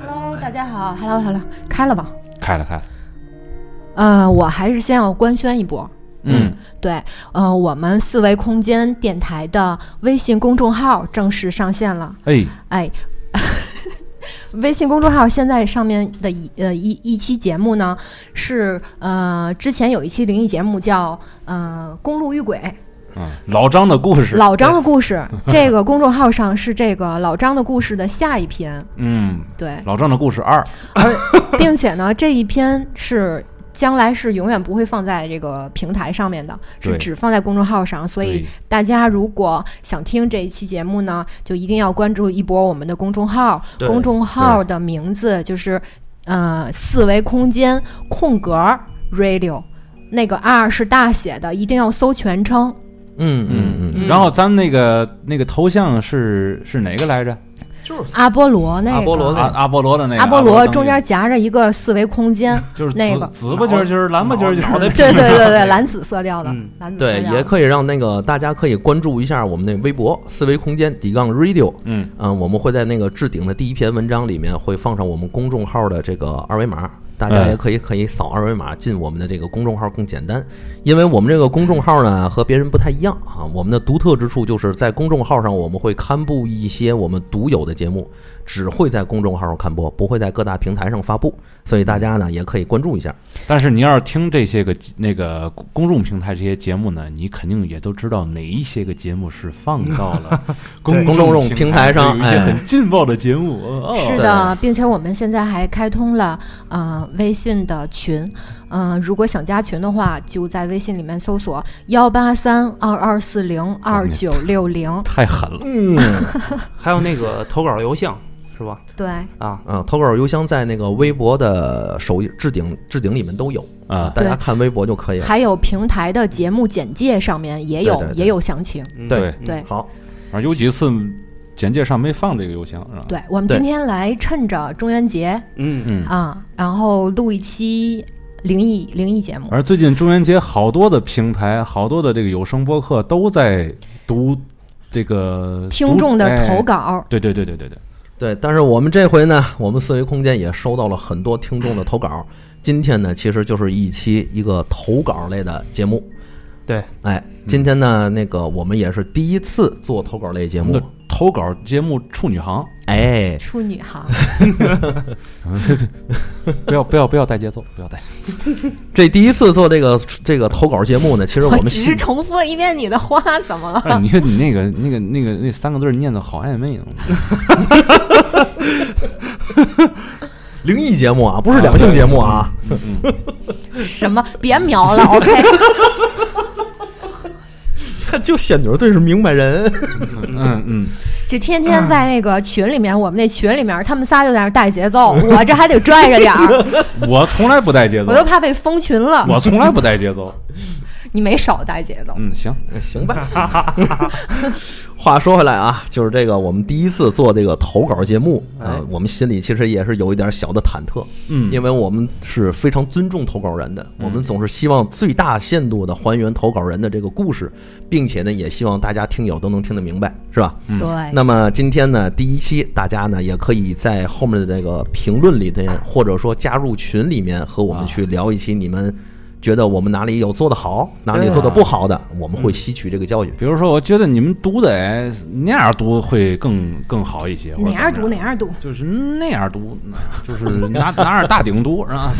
Hello，大家好，Hello Hello，开了吧？开了开了，呃，我还是先要官宣一波。嗯，对，呃，我们四维空间电台的微信公众号正式上线了。哎，哎， 微信公众号现在上面的一呃一一期节目呢，是呃之前有一期灵异节目叫呃《公路遇鬼》，啊，嗯老张的故事，老张的故事，这个公众号上是这个老张的故事的下一篇，嗯，对，老张的故事二，而并且呢，这一篇是将来是永远不会放在这个平台上面的，是对只放在公众号上。所以对大家如果想听这一期节目呢，就一定要关注一波我们的公众号，对公众号的名字就是呃四维空间空格儿 radio。那个 R 是大写的，一定要搜全称。嗯嗯嗯，然后咱们那个那个头像是是哪个来着？就是阿波罗那个，阿波罗阿阿波罗的那个，阿波罗中当间时夹着一个四维空间，就是那紫个紫不尖尖儿、蓝不尖尖脑儿袋的，对 对对对，蓝紫色调的嗯，蓝紫色对，调也的。可以让那个大家可以关注一下我们那微博四维空间底杠 radio。嗯，嗯，我们会在那个置顶的第一篇文章里面会放上我们公众号的这个二维码，大家嗯也可以可以扫二维码进我们的这个公众号更简单，因为我们这个公众号呢和别人不太一样啊，我们的独特之处就是在公众号上我们会刊布一些我们独有的节目，只会在公众号上刊播，不会在各大平台上发布，所以大家呢也可以关注一下。但是你要是听这些个那个公众平台这些节目呢，你肯定也都知道哪一些个节目是放到 了公嗯公众平平台上有一些哎很劲爆的节目。哦是的，并且我们现在还开通了呃微信的群，嗯、如果想加群的话，就在微信里面搜索幺八三二二四零二九六零。太狠了，嗯，还有那个投稿邮箱是吧？对，啊，啊，投稿邮箱在那个微博的首页置顶置顶里面都有啊大对家看微博就可以了。还有平台的节目简介上面也有对对对也有详情。嗯对对对，好，反正有几次简介上没放这个邮箱，是吧？对我们对今天来趁着中元节嗯，嗯。啊、然后录一期灵异灵异节目。呃而最近中元节，好多的平台，好多的这个有声播客都在读这个听众的投。哎稿，对对对对对对，对，但是我们这回呢，我们四维空间也收到了很多听众的投稿。今天呢，其实就是一期一个投稿类的节目。对，哎，今天呢，那个我们也是第一次做投稿类节我们目的。投稿节目《处女行哎，处女哈，》，不要不要不要带节奏，不 要带节奏。这第一次做这个这个投稿节目呢，其实我我们只是心重复了一遍你的话，怎么 了？哎你看你那个那个那个那三个字儿念的好暧昧啊！灵异节目啊，不是两性节目啊。什么？别瞄了，OK。看，就仙女儿最是明白人。嗯嗯，就天天在那个群里面，我们那群里面，他们仨就在那儿带节奏，我这还得拽着点儿， 我从来不带节奏我，都怕被封群了。我从来不带节奏。你没少带节奏， 嗯，行，行吧。 话说回来啊，就是这个我们第一次做这个投稿节目啊、我们心里其实也是有一点小的忐忑，嗯因为我们是非常尊重投稿人的，我们总是希望最大限度的还原投稿人的这个故事，并且呢，也希望大家听友都能听得明白，是吧？对，那么今天呢，第一期大家呢也可以在后面的这个评论里面，或者说加入群里面和我们去聊一期你们觉得我们哪里有做得好，哪里做得不好的，我们会吸取这个嗯教训。比如说，我觉得你们读的哎那样读会更更好一些。或者哪怎样读么哪样读，就是那样读，那就是拿 拿着大顶读，是吧？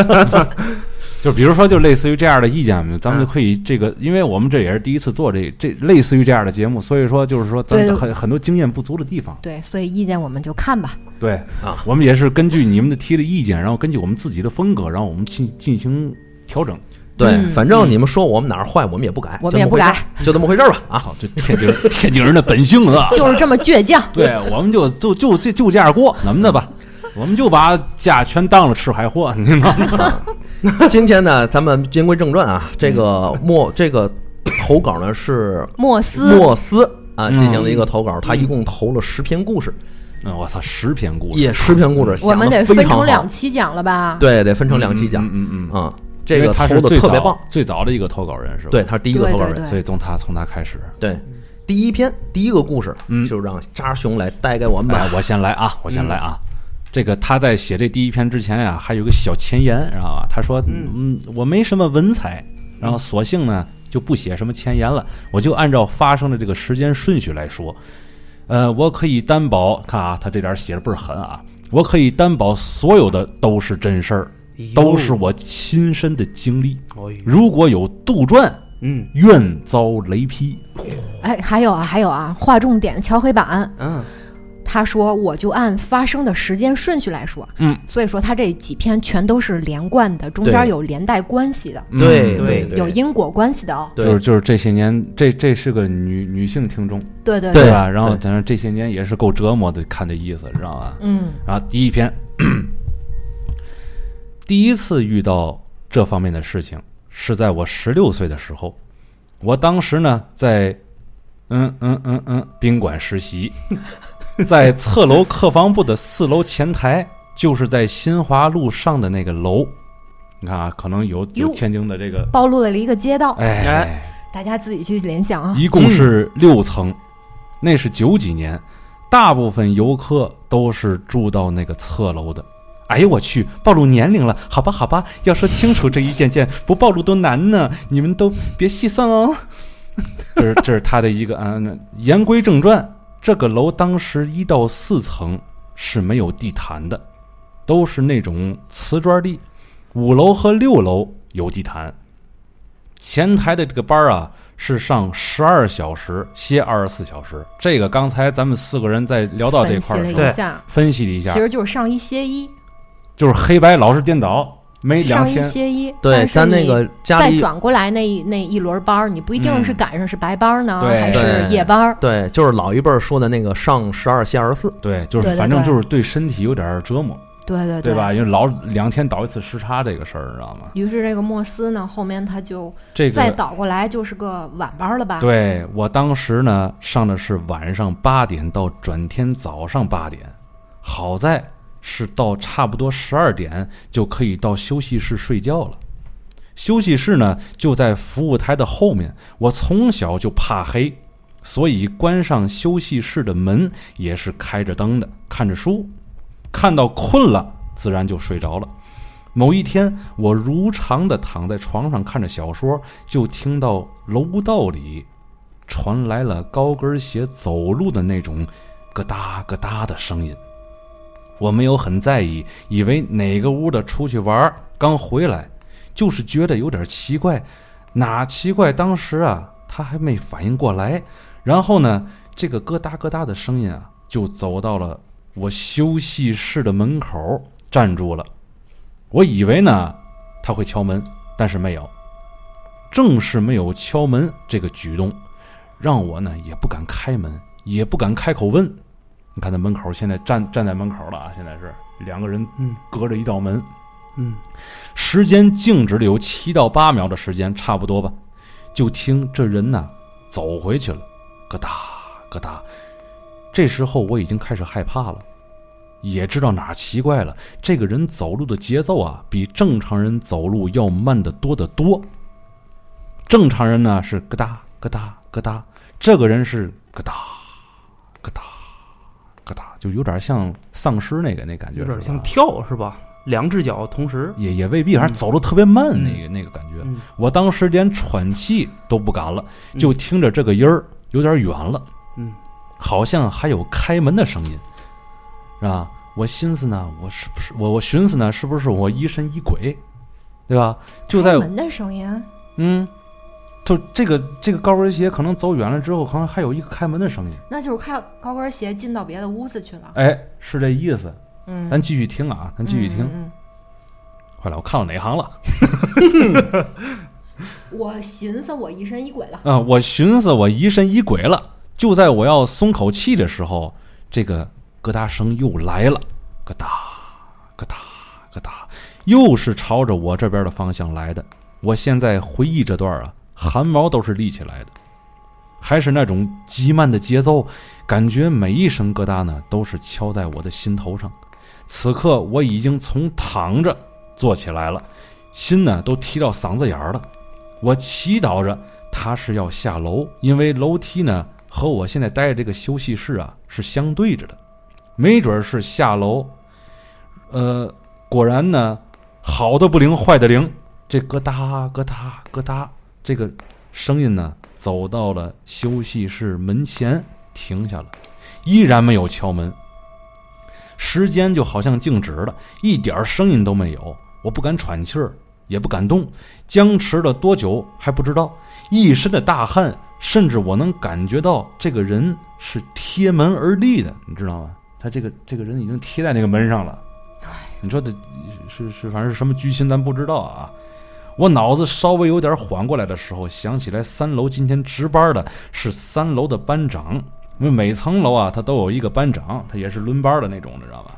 就比如说，就类似于这样的意见，咱们就可以这个，因为我们这也是第一次做这这类似于这样的节目，所以说就是说咱对们很很多经验不足的地方，对，所以意见我们就看吧。对啊，我们也是根据你们的提的意见，然后根据我们自己的风格，然后我们进进行调整。对，嗯反正你们说我们哪儿坏，我们也不改，我们也不改就这么回事儿，就这么回事儿吧啊！操，这天津人天津人的本性啊！就是这么倔强。对，我们就就就就就这样过，怎么的吧？我们就把家全当了吃海货， 你知道吗？啊今天呢，咱们言归正传啊，这嗯个莫这个投稿呢是莫斯，莫斯啊嗯进行了一个投稿，他一共投了十篇故事，嗯我操，十篇故事，也十篇故事，我们想得非分常好成两期讲了吧？对，得分成两期讲嗯嗯嗯嗯，啊。这因个为他投是的最特别早棒，，最早的一个投稿人是吧？对，他是第一个投稿人对，所以从他从他开始，对，第一篇第一个故事嗯就让渣兄来带给我们哎吧，，我先来啊，我先来啊。嗯这个他在写这第一篇之前呀、还有个小前言，知道吧？他说：“嗯，我没什么文采，然后索性呢就不写什么前言了，我就按照发生的这个时间顺序来说。呃，我可以担保，看啊，他这点儿写的倍儿狠啊，我可以担保所有的都是真事儿，都是我亲身的经历。哎呦如果有杜撰，嗯愿遭雷劈。哎，还有啊，还有啊，划重点，敲黑板。嗯，他说我就按发生的时间顺序来说，嗯，所以说他这几篇全都是连贯的，中间对有连带关系的，嗯对对对，有因果关系的哦。就是对就是这些年，这这是个女女性听众，对对对是吧？然后对但是这些年也是够折磨的，看这意思，知道吧？嗯然后第一篇，第一次遇到这方面的事情是在我十六岁的时候，我当时呢在嗯嗯嗯嗯宾馆实习，在侧楼客房部的四楼前台，就是在新华路上的那个楼。你看啊，可能有有哟天津的这个，暴露了一个街道，哎哎。大家自己去联想啊。一共是六层，那是九几年，大部分游客都是住到那个侧楼的。哎呦我去，暴露年龄了，好吧好吧，要说清楚这一件件，不暴露都难呢，你们都别细算哦。这是这是他的一个嗯，言归正传，这个楼当时一到四层是没有地毯的，都是那种瓷砖地，五楼和六楼有地毯。前台的这个班儿啊，是上十二小时，歇二十四小时。这个刚才咱们四个人在聊到这块儿分的时析候了一下，分析了一其下，实就是上一歇一，就是黑白老是颠倒，没哎两上一天。歇一。对，但是咱那你个家再里转过来那一那一轮班儿，你不一定嗯是赶上是白班儿呢，对还对是夜班儿。对，就是老一辈儿说的那个上十二下二十四，对，就是对对反正对就是对身体有点儿折磨，对对对吧？因为老两天倒一次时差这个事儿，知道吗？于是这个莫斯呢，后面他就这再个倒过来就是个晚班儿了吧？对我当时呢上的是晚上八点到转天早上八点，好在是到差不多十二点就可以到休息室睡觉了。休息室呢就在服务台的后面。我从小就怕黑，所以关上休息室的门也是开着灯的，看着书，看到困了自然就睡着了。某一天，我如常的躺在床上看着小说，就听到楼道里传来了高跟鞋走路的那种咯哒咯哒的声音。我没有很在意，以为哪个屋的出去玩儿刚回来，就是觉得有点奇怪，哪奇怪？当时啊，他还没反应过来。然后呢，这个咯哒咯哒的声音啊，就走到了我休息室的门口，站住了。我以为呢，他会敲门，但是没有。正是没有敲门这个举动，让我呢也不敢开门，也不敢开口问。你看，他门口现在站站在门口了啊，现在是两个人嗯隔着一道门。嗯，时间静止了有七到八秒的时间，差不多吧，就听这人呐走回去了，咯哒咯哒。这时候我已经开始害怕了，也知道哪儿奇怪了。这个人走路的节奏啊，比正常人走路要慢得多得多。正常人呢是咯哒咯哒咯哒，这个人是咯哒咯哒咯哒，就有点像丧尸那个那感觉，有是点吧像跳是吧？两只脚同时，也也未必，反正走路特别慢，那个那个感觉。嗯我当时连喘气都不敢了，就听着这个音儿有点远了，嗯好像还有开门的声音，啊！我心思呢，我是不是我我寻思呢，是不是我疑神疑鬼，对吧？就在开门的声音，嗯，就这个这个高跟鞋可能走远了之后，好像还有一个开门的声音，那就是开高跟鞋进到别的屋子去了。哎，是这意思。嗯，咱继续听啊，咱继续听。嗯嗯快了，我看到哪行了？我寻思我疑神疑鬼了，啊、我寻思我疑神疑鬼了，就在我要松口气的时候，这个咯嗒声又来了，咯嗒咯嗒咯嗒，又是朝着我这边的方向来的。我现在回忆这段啊，汗毛都是立起来的，还是那种极慢的节奏，感觉每一声咯嗒呢都是敲在我的心头上。此刻我已经从躺着坐起来了，心呢都提到嗓子眼儿了。我祈祷着他是要下楼，因为楼梯呢和我现在待的这个休息室啊是相对着的，没准儿是下楼。呃，果然呢，好的不灵，坏的灵，这咯哒咯哒咯哒，这个声音呢走到了休息室门前，停下了，依然没有敲门。时间就好像静止了，一点儿声音都没有。我不敢喘气儿，也不敢动，僵持了多久还不知道，一身的大汗，甚至我能感觉到这个人是贴门而立的，你知道吗？他这个这个人已经贴在那个门上了。你说这是是反正是什么居心，咱不知道啊。我脑子稍微有点缓过来的时候，想起来三楼今天值班的是三楼的班长，因为每层楼啊，他都有一个班长，他也是轮班的那种，知道吧？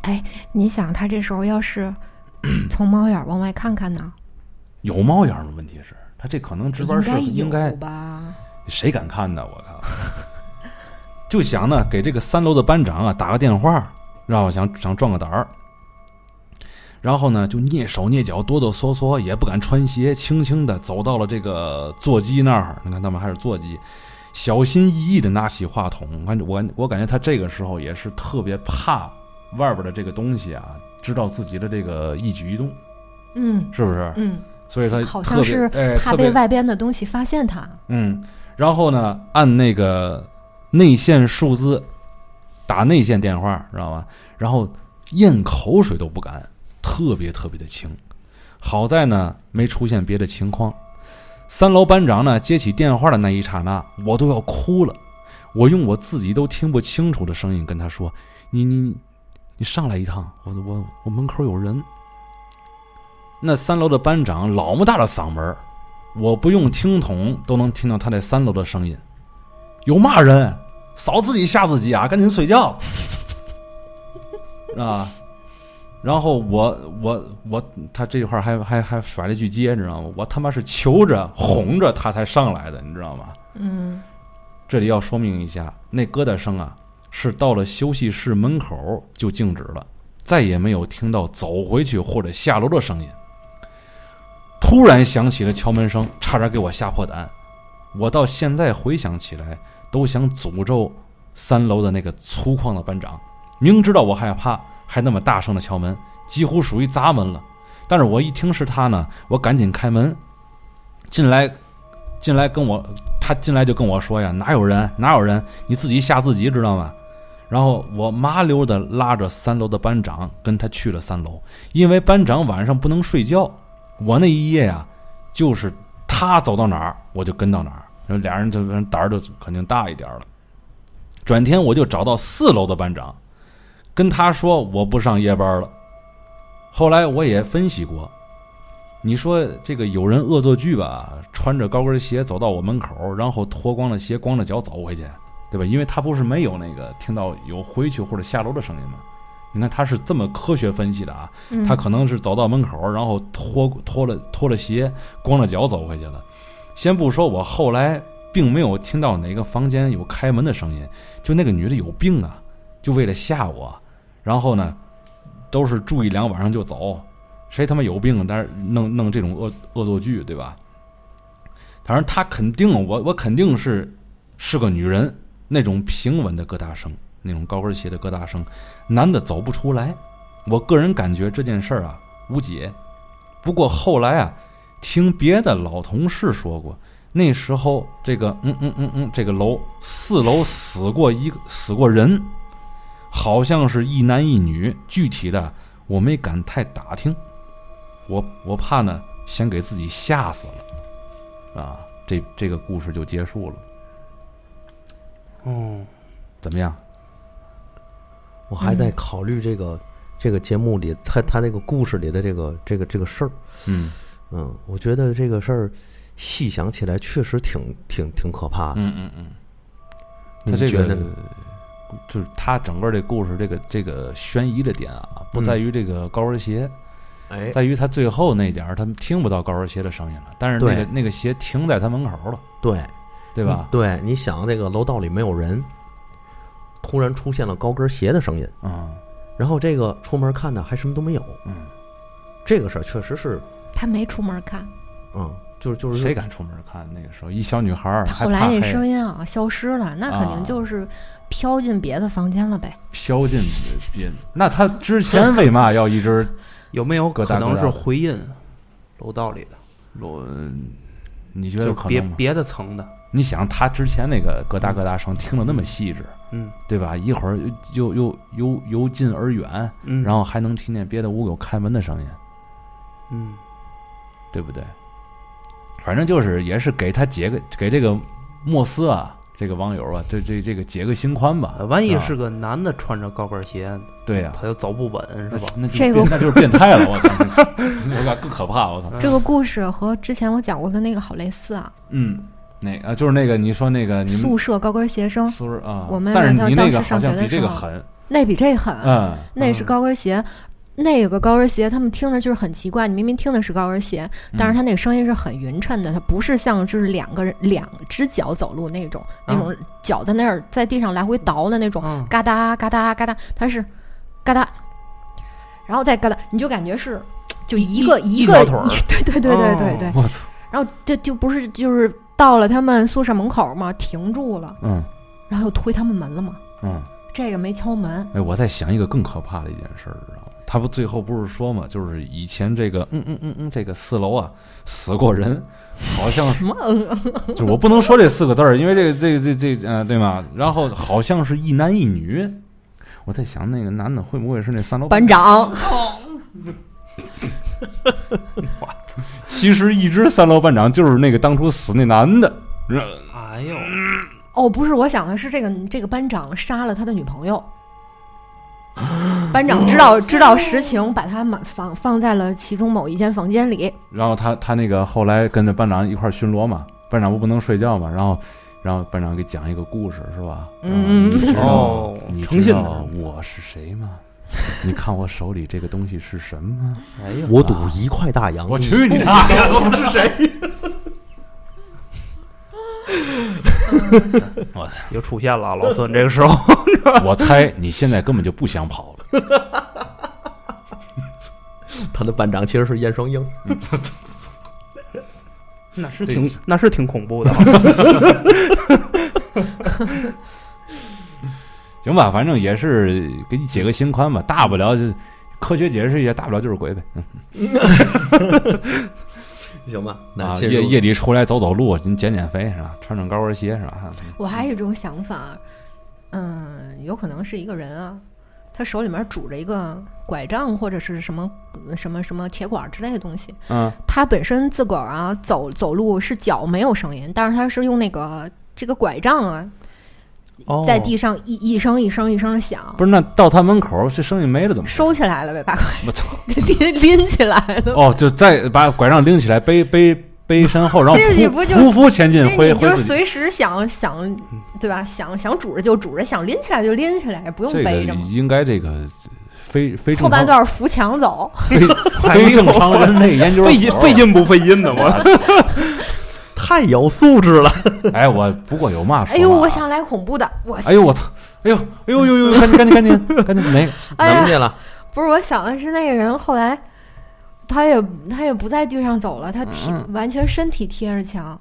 你想他这时候要是从猫眼往外看看呢，有猫眼吗？问题是，他这可能值班室应应该有吧？谁敢看呢？我靠！ 就想呢，给这个三楼的班长啊打个电话，让我想想壮个胆儿。然后呢，就蹑手蹑脚、哆哆嗦嗦，也不敢穿鞋，轻轻的走到了这个座机那儿。你看他们还是座机，小心翼翼的拿起话筒。我感觉我我感觉他这个时候也是特别怕外边的这个东西啊，知道自己的这个一举一动，嗯是不是？嗯，所以他好特像别是哎怕特别被外边的东西发现他。嗯，然后呢，按那个内线数字打内线电话，知道吧？然后咽口水都不敢，特别特别的轻。好在呢，没出现别的情况。三楼班长呢接起电话的那一刹那，我都要哭了。我用我自己都听不清楚的声音跟他说：“你你你上来一趟，我我我门口有人。”那三楼的班长老么大的嗓门儿我不用听筒都能听到他在三楼的声音。有嘛人？少自己吓自己啊！赶紧睡觉， 啊！然后我我我，他这块儿还还还甩了一句街，你知道吗？我他妈是求着哄着他才上来的，你知道吗？嗯，这里要说明一下，那疙瘩声啊，是到了休息室门口就静止了，再也没有听到走回去或者下楼的声音。突然响起了敲门声，差点给我吓破胆。我到现在回想起来，都想诅咒三楼的那个粗犷的班长，明知道我害怕，还那么大声的敲门，几乎属于砸门了。但是我一听是他呢，我赶紧开门，进来，进来跟我他进来就跟我说呀：“哪有人，哪有人，你自己吓自己，知道吗？”然后我麻溜的拉着三楼的班长跟他去了三楼，因为班长晚上不能睡觉。我那一夜呀、就是他走到哪儿我就跟到哪儿，然后俩人就胆儿就肯定大一点儿了。转天我就找到四楼的班长，跟他说我不上夜班了。后来我也分析过，你说这个有人恶作剧吧，穿着高跟鞋走到我门口，然后脱光了鞋，光着脚走回去，对吧？因为他不是没有那个听到有回去或者下楼的声音吗？你看他是这么科学分析的啊，嗯他可能是走到门口，然后脱脱了脱了鞋，光着脚走回去了。先不说我后来并没有听到哪个房间有开门的声音，就那个女的有病啊，就为了吓我，然后呢，都是住一两晚上就走，谁他妈有病啊？但是弄弄这种恶恶作剧，对吧？反正他肯定我我肯定是是个女人，那种平稳的咯嗒声，那种高跟鞋的咯嗒声，男的走不出来。我个人感觉这件事儿啊无解。不过后来啊，听别的老同事说过，那时候这个嗯嗯嗯嗯，这个楼四楼死过一个死过人，好像是一男一女，具体的我没敢太打听，我我怕呢先给自己吓死了，啊，这这个故事就结束了，哦，怎么样？我还嗯在考虑这个、这个节目里他他这个故事里的这个这个这个事儿。嗯嗯，我觉得这个事儿细想起来确实挺挺挺可怕的。嗯嗯嗯，你他这觉个得呢？就是他整个这故事这个这个悬疑的点啊，不在于这个高跟鞋，嗯哎，在于他最后那点儿他们听不到高跟鞋的声音了，但是那对个那个鞋停在他门口了，对对吧？嗯对，你想这个楼道里没有人，突然出现了高跟鞋的声音，嗯然后这个出门看呢还什么都没有，嗯，这个事儿确实是，他没出门看，嗯，就是就是谁敢出门看？那个时候一小女孩儿他还后来怕那黑，声音啊消失了，那肯定就是飘进别的房间了呗。飘进别，那他之前为嘛要一直有没有各可打各能的是回音？楼道里的，我，你觉就得是有可别能吗？别的层的，你想他之前那个咯哒咯哒声听得那么细致，嗯对吧？一会儿又又又由由近而远，嗯，然后还能听见别的屋有开门的声音，嗯，对不对？反正就是也是给他解个给这个莫斯啊，这个网友啊，这这这个解个心宽吧呃。万一啊是个男的穿着高跟鞋，对呀、他就走不稳，是吧？那那就这个变那就是变态了，我操！ 我感觉更可怕，我操！这个故事和之前我讲过的那个好类似啊，嗯，哪个就是那个你说那个你们宿舍高跟鞋声，苏儿啊，我们但晚是上你当那时个好上像学的比这个时候狠，那比这狠，啊嗯，那是高跟鞋。那个高跟鞋，他们听着就是很奇怪。你明明听的是高跟鞋，但是他那个声音是很匀称的，它不是像就是两个人两只脚走路那种，那种脚在那儿在地上来回倒的那种，嗯，嘎哒嘎哒嘎哒，它是嘎哒，然后再嘎哒，你就感觉是就一个一一个一条腿儿对对对对对对，嗯我操，然后这就不是就是到了他们宿舍门口嘛，停住了，嗯然后又推他们门了嘛，嗯。这个没敲门，哎，我在想一个更可怕的一件事儿，知道吗？他不最后不是说嘛，就是以前这个嗯嗯嗯嗯，这个四楼啊死过人，好 像什么嗯嗯就我不能说这四个字儿，因为这个这个这这呃对吗？然后好像是一男一女，我在想那个男的会不会是那三楼班？长，其实一直三楼班长就是那个当初死那男的，是吧哎呦，哦，不是，我想的是这个这个班长杀了他的女朋友。班长知道知道实情，把他满放放在了其中某一间房间里。然后他他那个后来跟着班长一块儿巡逻嘛，班长不不能睡觉嘛，然后然后班长给讲一个故事是吧？嗯然后你知道、你哦诚知信的道我是谁吗？你看我手里这个东西是什么？哎呦，我赌一块大洋，我去你大爷！我是谁？又出现了啊，老孙这个时候， 我猜你现在根本就不想跑了。他的班长其实是燕双鹰， 那是这挺次那是挺恐怖的啊，行吧，反正也是给你解个心宽吧，大不了就科学解释一下，大不了就是鬼呗。行吧？那啊，进入夜夜里出来走走路，你减减肥是吧？穿穿高跟鞋是吧？我还有一种想法，嗯，有可能是一个人啊，他手里面拄着一个拐杖或者是什么什么什么铁管之类的东西，嗯，他本身自个儿啊走走路是脚没有声音，但是他是用那个这个拐杖啊， 哦在地上一一声一声一声的响不，是，那到他门口这生意没了怎么办？收起来了呗，把拐我操！ 拎拎起来 了。哦，就再把拐杖拎起来，背背背身后，然后这你不匍就匍匐前这进，挥你挥就自己。嗯随时想想，对吧？想想拄着就拄着，想拎起来就拎起来，不用这个背着嘛。应该这个非非后正半常段哎扶墙走， 非非正常人类研究所费劲费。劲不费劲呢？我太有素质了，哎，我不过有嘛说嘛啊。哎呦，我想来恐怖的，我哎呦我操！哎呦哎呦呦呦！赶紧赶紧赶紧赶紧哪个？哎呀能见了，不是我想的是那个人后来，他也他也不在地上走了，他嗯贴、完全身体贴着墙，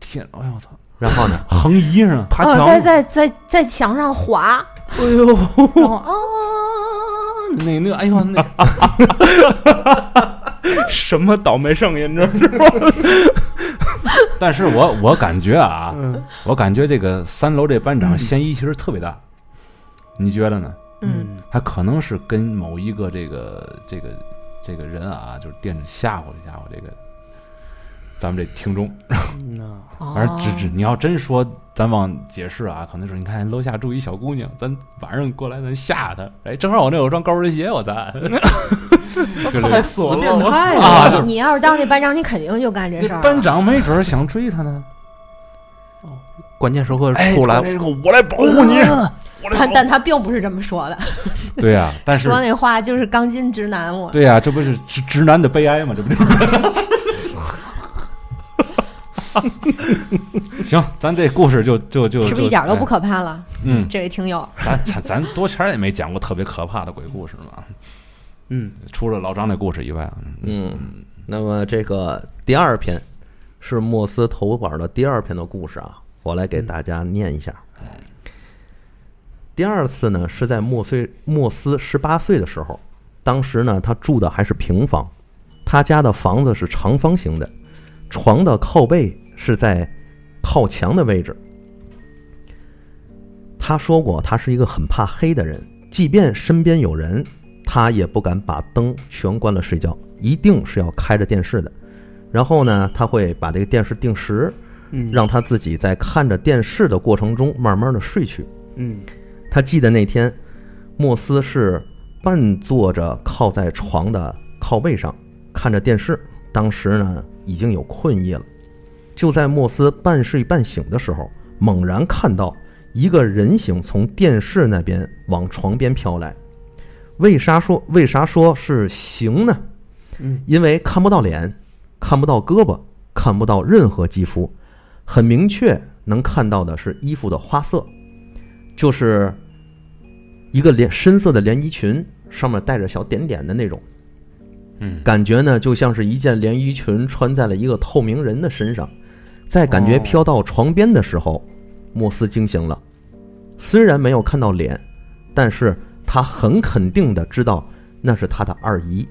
天！哎呦我操！然后呢？横移是吗？爬哦，墙在在在在墙上 滑，哎呦！然后啊，那那哎呦那什么倒霉声音，你知道吗？但是我我感觉啊，嗯我感觉这个三楼这班长嫌疑其实特别大，你觉得呢？嗯，他可能是跟某一个这个这个这个人啊，就是惦着吓唬一吓唬这个咱们这听众。嗯呐，而哦只只你要真说，咱往解释啊，可能是你看楼下住 一小姑娘，咱晚上过来咱吓她，哎，正好我那有双高跟鞋，我咱就太是死了，变我态啊了就是哦你要是当那班长，你肯定就干这事儿了。班长没准儿想追他呢。关键时刻哎，出来，那个我来保护你。我来他保护但他并不是这么说的，你 对呀，但是说那话就是钢筋直男我。 对呀，这不是直直男的悲哀吗？这不就是。 行，咱这故事就就就是不是一点都不？可怕了？就哎嗯，这位听友，咱咱咱多前儿也没讲过特别可怕的鬼故事嘛，嗯，除了老张那故事以外，嗯嗯，那么这个第二篇是莫斯投稿的第二篇的故事啊，我来给大家念一下。第二次呢是在莫斯莫斯十八岁的时候，当时呢他住的还是平房，他家的房子是长方形的，床的靠背是在靠墙的位置。他说过，他是一个很怕黑的人，即便身边有人，他也不敢把灯全关了睡觉，一定是要开着电视的。然后呢，他会把这个电视定时，嗯让他自己在看着电视的过程中慢慢的睡去。嗯他记得那天，莫斯是半坐着靠在床的靠背上，看着电视。当时呢，已经有困意了。就在莫斯半睡半醒的时候，猛然看到一个人形从电视那边往床边飘来。为啥说为啥说是形呢？嗯因为看不到脸，看不到胳膊，看不到任何肌肤，很明确能看到的是衣服的花色，就是一个连深色的连衣裙，上面带着小点点的那种，嗯，感觉呢就像是一件连衣裙穿在了一个透明人的身上。在感觉飘到床边的时候，莫斯惊醒了，虽然没有看到脸，但是他很肯定的知道那是他的二姨。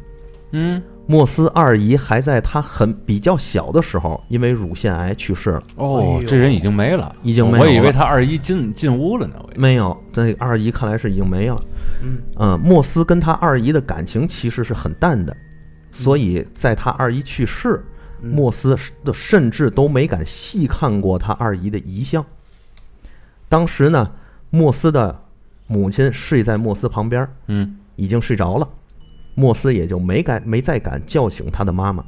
嗯，莫斯二姨还在她很比较小的时候，因为乳腺癌去世了。哎哦呦，这人已经没了，已经没有我以了为他二姨进进屋了呢，我以为没有，这二姨看来是已经没了。嗯嗯，莫斯跟他二姨的感情其实是很淡的，所以在他二姨去世，嗯莫斯的甚至都没敢细看过他二姨的遗像。当时呢，莫斯的母亲睡在莫斯旁边，嗯，已经睡着了，莫斯也就没敢没再敢叫醒他的妈妈，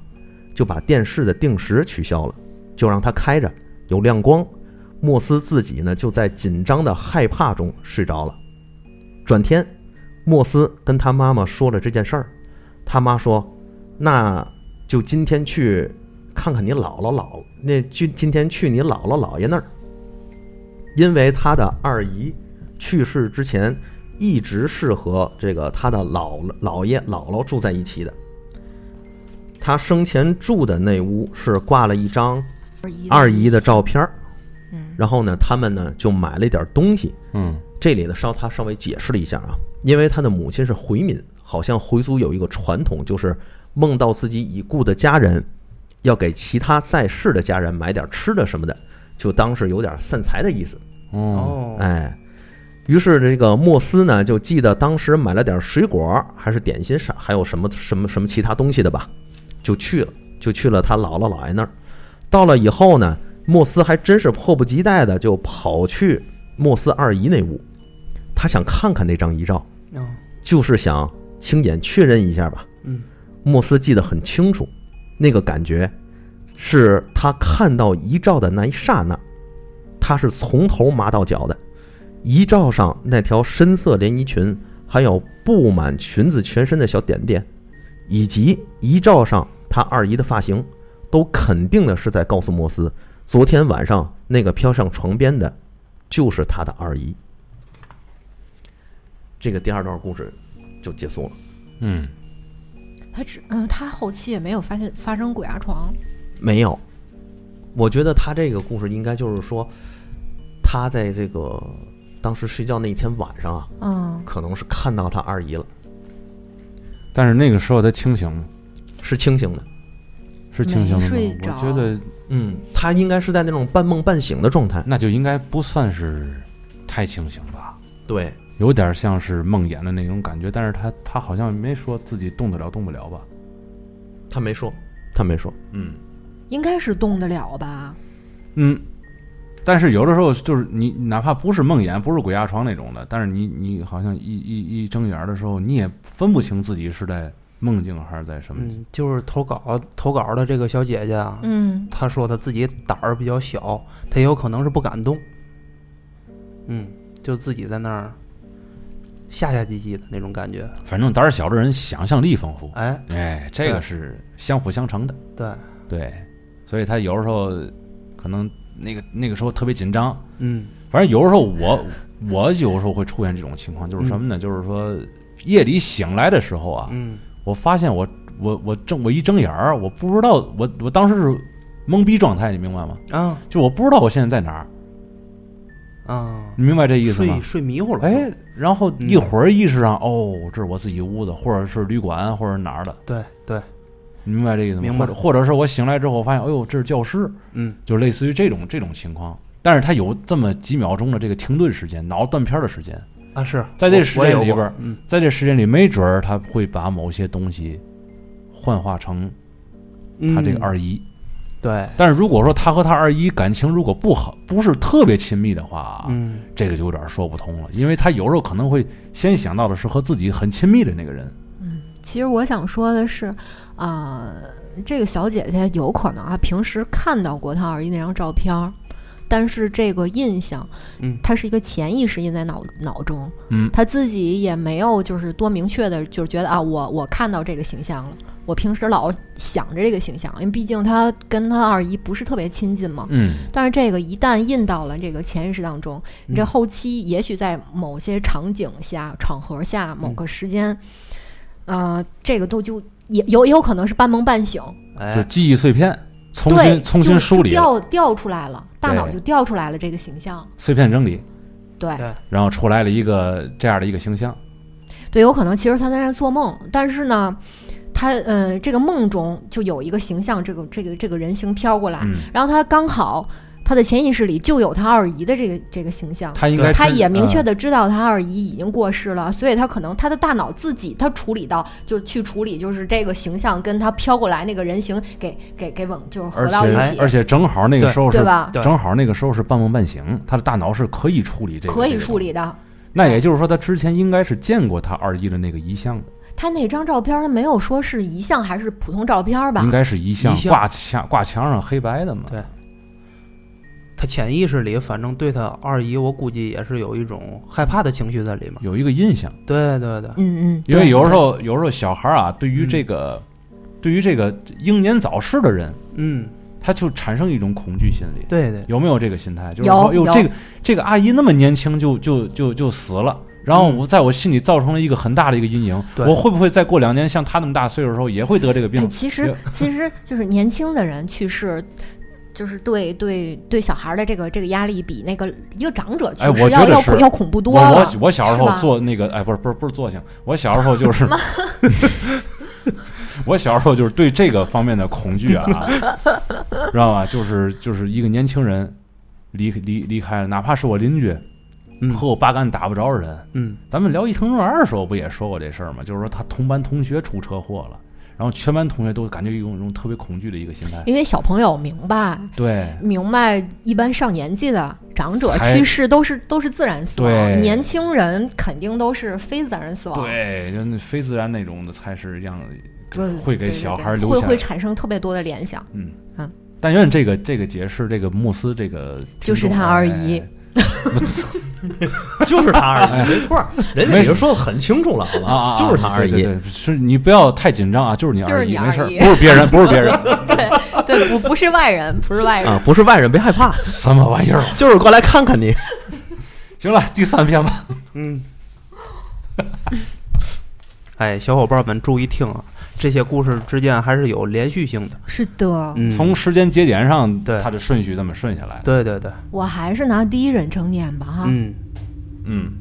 就把电视的定时取消了，就让它开着，有亮光。莫斯自己呢就在紧张的害怕中睡着了。转天，莫斯跟他妈妈说了这件事儿，他妈说：“那就今天去看看你姥姥姥，那今今天去你姥姥姥爷那儿，因为他的二姨去世之前一直是和这个他的姥姥爷姥姥住在一起的。他生前住的那屋是挂了一张二姨的照片儿嗯然后呢，他们呢就买了一点东西。嗯这里呢稍他稍微解释了一下啊，因为他的母亲是回民，好像回族有一个传统，就是梦到自己已故的家人，要给其他在世的家人买点吃的什么的，就当是有点散财的意思。哦，哦哎，于是这个莫斯呢，就记得当时买了点水果，还是点心啥，还有什么什么什么其他东西的吧，就去了，就去了他姥姥姥爷那儿。到了以后呢，莫斯还真是迫不及待的就跑去莫斯二姨那屋，他想看看那张遗照，哦就是想亲眼确认一下吧。嗯莫斯记得很清楚，那个感觉是他看到遗照的那一刹那，他是从头麻到脚的。遗照上那条深色连衣裙，还有布满裙子全身的小点点，以及遗照上他二姨的发型，都肯定的是在告诉莫斯，昨天晚上那个飘上床边的，就是他的二姨。这个第二段故事就结束了。嗯，他只嗯，他后期也没有发现发生鬼压床，没有，我觉得他这个故事应该就是说，他在这个当时睡觉那一天晚上啊，嗯，可能是看到他二姨了，但是那个时候他清醒吗？是清醒的。是清醒没的睡吗？我着觉得嗯，他应该是在那种半梦半醒的状态。那就应该不算是太清醒吧，对，有点像是梦魇的那种感觉，但是他他好像没说自己动得了动不了吧，他没说，他没说。嗯应该是动得了吧？嗯。但是有的时候就是你，哪怕不是梦魇，不是鬼压床那种的，但是你你好像一一一睁眼儿的时候，你也分不清自己是在梦境还是在什么？嗯，就是投稿投稿的这个小姐姐啊，嗯她说她自己胆儿比较小，她也有可能是不敢动，嗯，就自己在那儿下下唧唧的那种感觉，嗯反正胆儿小的人想象力丰富，哎，哎，这个对是相辅相成的。对，对，所以他有时候可能那个那个时候特别紧张，嗯反正有时候我我有时候会出现这种情嗯况，就是什么呢？就是说夜里醒来的时候啊，嗯我发现我我我睁我一睁眼儿，我不知道我我当时是懵逼状态，你明白吗？啊就我不知道我现在在哪儿，啊，你明白这意思吗睡？睡迷糊了，哎，然后嗯一会儿意识上，哦，这是我自己屋子，或者是旅馆，或者哪儿的，对对，你明白这意思吗？明白或者或者是我醒来之后发现，哎呦，这是教室，嗯就类似于这种这种情况。但是他有这么几秒钟的这个停顿时间，脑断片儿的时间，啊是，在这我时我也间有里过边儿嗯在这时间里，没准儿他会把某些东西幻化成他这个嗯二姨。对，但是如果说他和他二姨感情如果不好，不是特别亲密的话啊，嗯这个就有点说不通了，因为他有时候可能会先想到的是和自己很亲密的那个人。其实我想说的是，呃，这个小姐姐有可能啊，平时看到过她二姨那张照片儿，但是这个印象，嗯它是一个潜意识印在脑脑中，嗯她自己也没有就是多明确的，就是觉得啊，我我看到这个形象了，我平时老想着这个形象，因为毕竟她跟她二姨不是特别亲近嘛。嗯，但是这个一旦印到了这个潜意识当中，你这嗯后期也许在某些场景下、场合下、嗯某个时间，呃，这个都就也有也有可能是半梦半醒，就哎记忆碎片，重对，新重就新就梳理了调调出来了，大脑对就调出来了这个形象，碎片整理，对对然后出来了一个这样的一个形象。对，有可能其实他在那儿做梦，但是呢。他呃，这个梦中就有一个形象，这个这个这个人形飘过来，嗯，然后他刚好他的潜意识里就有他二姨的这个这个形象，他应该他知也明确嗯的知道他二姨已经过世了，所以他可能他的大脑自己他处理到就去处理，就是这个形象跟他飘过来那个人形给给给吻就是合嗯而到一且起，而且正好那个时候是对吧？对正好那个时候是半梦半醒，他的大脑是可以处理这个，可以这个处理的。那也就是说，他之前应该是见过他二姨的那个遗像的，他那张照片他没有说是遗像还是普通照片吧应？该是遗像遗像挂墙挂墙上黑白的嘛。对他潜意识里反正对他二姨，我估计也是有一种害怕的情绪在里面，有一个印象，对对对，嗯嗯嗯，因为对有时候有时候小孩啊，对于这个、对于这个英年早逝的人，嗯他就产生一种恐惧心理。对对，有没有这个心态？就是有说，哟，有这个这个阿姨那么年轻就就就就死了，然后嗯我在我心里造成了一个很大的一个阴影。对我会不会再过两年像她那么大岁数的时候也会得这个哎，病？其实其实就是年轻的人去世。就是对对对小孩儿的这个这个压力比那个一个长者去哎我世觉要、得要是恐要恐怖多我了。我我小时是候吧做那个，哎，不是不是不是做性，我小时候就是， 我小时候就是对这个方面的恐惧啊，知道吧？就是就是一个年轻人离离离开了，哪怕是我邻居嗯和我八竿打不着的人，嗯咱们聊伊藤润二的时候不也说过这事儿吗？就是说他同班同学出车祸了，然后全班同学都感觉有一种特别恐惧的一个心态，因为小朋友明白，对。明白，一般上年纪的长者才去世都是都是自然死对亡，年轻人肯定都是非自然死亡。对，就那非自然那种的才是让对，会给对对小对孩留会下会产生特别多的联想。 嗯嗯，但愿这个这个解释，这个慕斯这个就听众哎是他二姨，就是他二姨，没错儿，人家没已经说的很清楚了，好哎啊啊 吧啊，就是他对二姨对，对是你不要太紧张啊，就是你就是姨，你没事儿二，姨 不是别人，不是别人，对对，不不是外人，不是外人。嗯啊，不是外人，别害怕， 什么玩意 儿？就是过来看看你。行了，第三篇吧。嗯， 哎，小伙伴们注意听啊，这些故事之间还是有连续性的，是的，嗯，从时间节点上，对它的顺序这么顺下来。对对对，我还是拿第一人称念吧哈。嗯嗯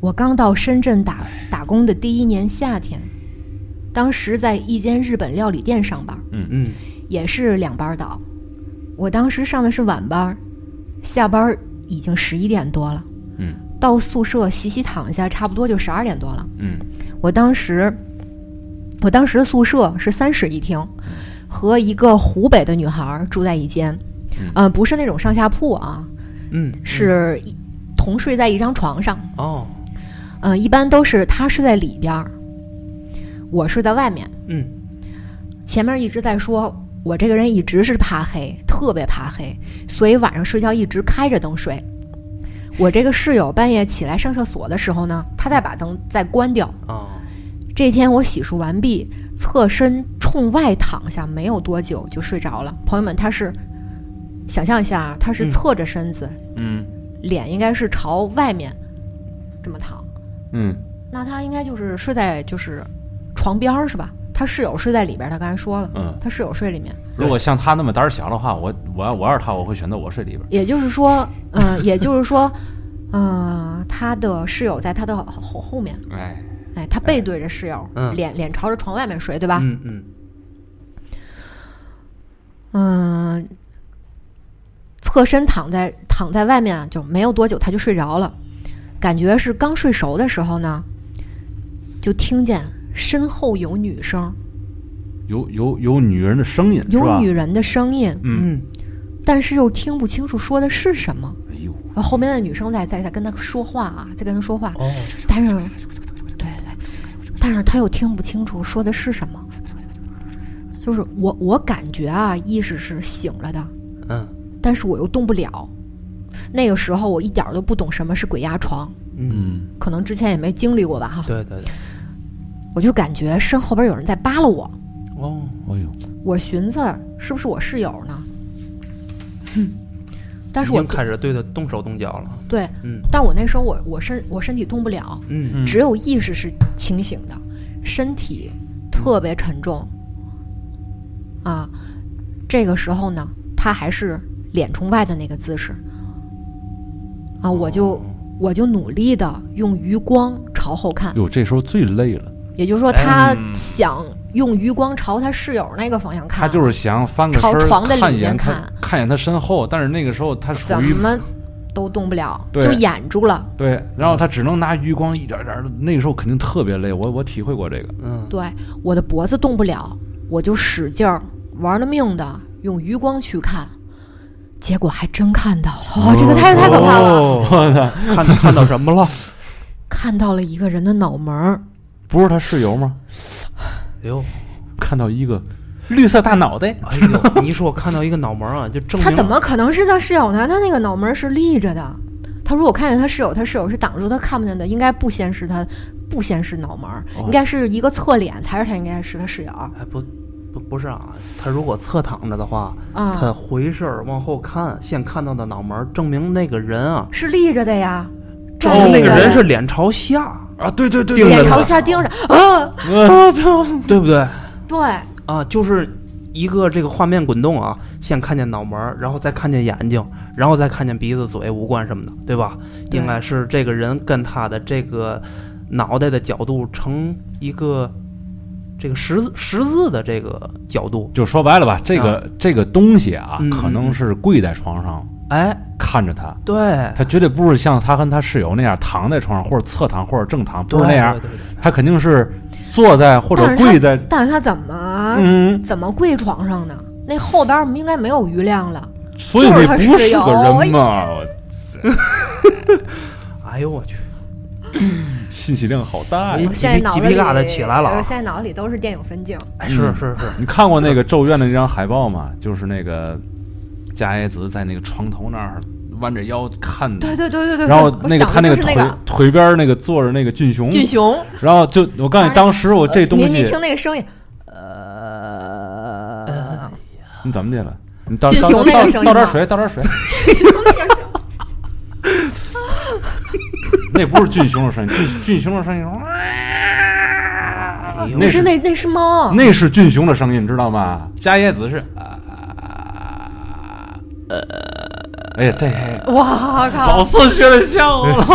我刚到深圳打打工的第一年夏天，当时在一间日本料理店上班。嗯也是两班倒。我当时上的是晚班儿，下班儿已经十一点多了。嗯，到宿舍洗洗躺下，差不多就十二点多了。嗯我当时，我当时的宿舍是三室一厅，和一个湖北的女孩儿住在一间，嗯嗯、不是那种上下铺啊，嗯，是一同睡在一张床上。呃哦，嗯、一般都是她睡在里边儿，我是在外面，嗯，前面一直在说，我这个人一直是怕黑，特别怕黑，所以晚上睡觉一直开着灯睡。我这个室友半夜起来上厕所的时候呢，他再把灯再关掉。啊，这天我洗漱完毕，侧身冲外躺下，没有多久就睡着了。朋友们，他是想象一下啊，他是嗯侧着身子，嗯脸应该是朝外面这么躺，嗯那他应该就是睡在就是床边儿是吧？他室友睡在里边儿，他刚才说了，嗯。他室友睡里面。如果像他那么胆儿小的话，我我要我要是他，我会选择我睡里边。也就是说，嗯、 也就是说，呃，他的室友在他的后后面，哎，哎，他背对着室友，嗯脸脸朝着床外面睡，对吧？嗯嗯，嗯、侧身躺在躺在外面啊就没有多久，他就睡着了，感觉是刚睡熟的时候呢，就听见身后有女声，有有有女人的声音，是有吧女？人的声音，嗯，但是又听不清楚说的是什么。哎呦，后面的女生在在在跟他说话啊，在跟他说话，哦，但是，对对，但是他又听不清楚说的是什么。就是我，我感觉啊，意识是醒了的，嗯但是我又动不了。那个时候我一点儿都不懂什么是鬼压床，嗯，嗯可能之前也没经历过吧哈。对对对，我就感觉身后边有人在扒拉我，哦，哎呦，我寻思是不是我室友呢？ 哼，但是已我经开始对他动手动脚了，对，嗯但我那时候我我身我身体动不了，嗯嗯只有意识是清醒的，身体特别沉重。啊，这个时候呢，他还是脸冲外的那个姿势。哦啊，我就我就努力的用余光朝后看，哟，这时候最累了，也就是说，他嗯想用余光朝他室友那个方向看，啊他就是想翻个身朝儿床的里看一面眼他看，看一眼他身后，但是那个时候他属怎于么都动不了，对就掩住了。对，然后他只能拿余光一点点的，那个时候肯定特别累，我我体会过这个，嗯对，我的脖子动不了，我就使劲儿玩了命的用余光去看，结果还真看到了，哦哇、哦这个太太可怕了，哦了，看 看到什么了？看到了一个人的脑门儿，不是他室友吗？哎呦，看到一个绿色大脑袋，哎呦，你一说我看到一个脑门儿啊，就证明他怎么可能是他室友呢？他那个脑门儿是立着的，他如果看见他室友，他室友是挡住他看不见的，应该不先是他，不先是脑门儿，哦应该是一个侧脸才是他，应该是他室友啊。哎不不不是啊，他如果侧躺着的话，嗯他回身儿往后看，先看到的脑门儿，证明那个人啊，是立着的呀，证站明立哦那着个人的是脸朝下，啊，对对对盯着脸他朝下盯着 啊，哦我操，对不对？对，啊，就是一个这个画面滚动啊，先看见脑门儿，然后再看见眼睛，然后再看见鼻子、嘴、五官什么的，对吧？对应该是这个人跟他的这个脑袋的角度成一个这个十字十字的这个角度。就说白了吧，这个、这个东西啊，嗯可能是跪在床上哎，看着他，对，他绝对不是像他跟他室友那样躺在床上或者侧躺或者正躺，不是那对样，对对对他肯定是坐在或者但是他啊跪在，但是他怎么嗯，怎么跪床上呢？那后边儿应该没有余量了，所以那不就是他室是友个人嘛，我哎呦我去，信息量好大哎呀！我现在脑子鸡皮鸡里呃皮疙瘩起来了啊我现在脑子里都是电影分镜。哎是嗯是是，你看过那个《咒怨》的那张海报吗？就是那个加耶子在那个床头那儿弯着腰看，对对对对对。然后对那个我他想那的个就是腿那个腿边儿那个坐着那个俊雄，俊雄，呃然后就我告诉你，当时我这东您您西听那个声音，呃，你怎么的了？你倒俊倒雄倒那个倒声音倒点吗水，倒 点水。 那不是俊雄的声音，俊俊雄的声音，哎呦那是那那是猫，那是俊雄的声音，你知道吗？加椰子是啊，哎呀，这哇老靠！四学的像我了，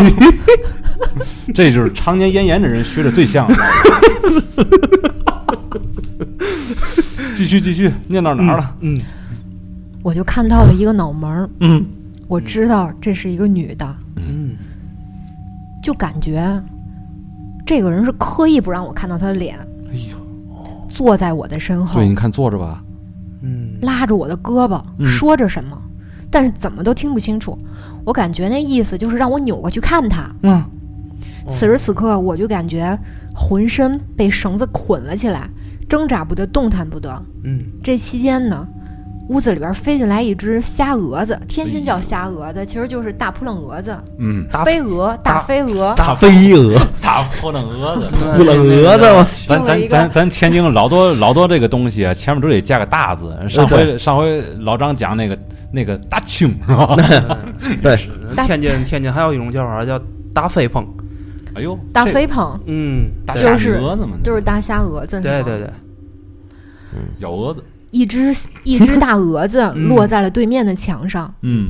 这就是常年咽炎的人学的最 像。继续继续，念到哪儿了？嗯，我就看到了一个脑门儿，嗯，我知道这是一个女的，嗯就感觉这个人是刻意不让我看到她的脸，哎呦，坐在我的身后对，，你看坐着吧，嗯拉着我的胳膊、嗯说着什么，但是怎么都听不清楚。我感觉那意思就是让我扭过去看他，嗯，哦此时此刻，我就感觉浑身被绳子捆了起来，挣扎不得，动弹不得。嗯，这期间呢，屋子里边飞进来一只虾蛾子，天津叫虾蛾子，其实就是大扑棱蛾子、嗯，哎大飞蛾、大大飞蛾。大飞蛾，大扑棱蛾子。 不冷蛾子吗？咱用了一咱个咱咱天津老多老多这个东西啊，前面都得加个大字。上回上回老张讲那个那个大青是 吧？对，大天津天津还有一种叫法叫大飞碰，哎呦，大这飞鹏嗯，大对傻就是蛾子嘛，就是大虾蛾子，对你知道吗对对，咬蛾子。一只一只大蛾子 嗯落在了对面的墙上，嗯，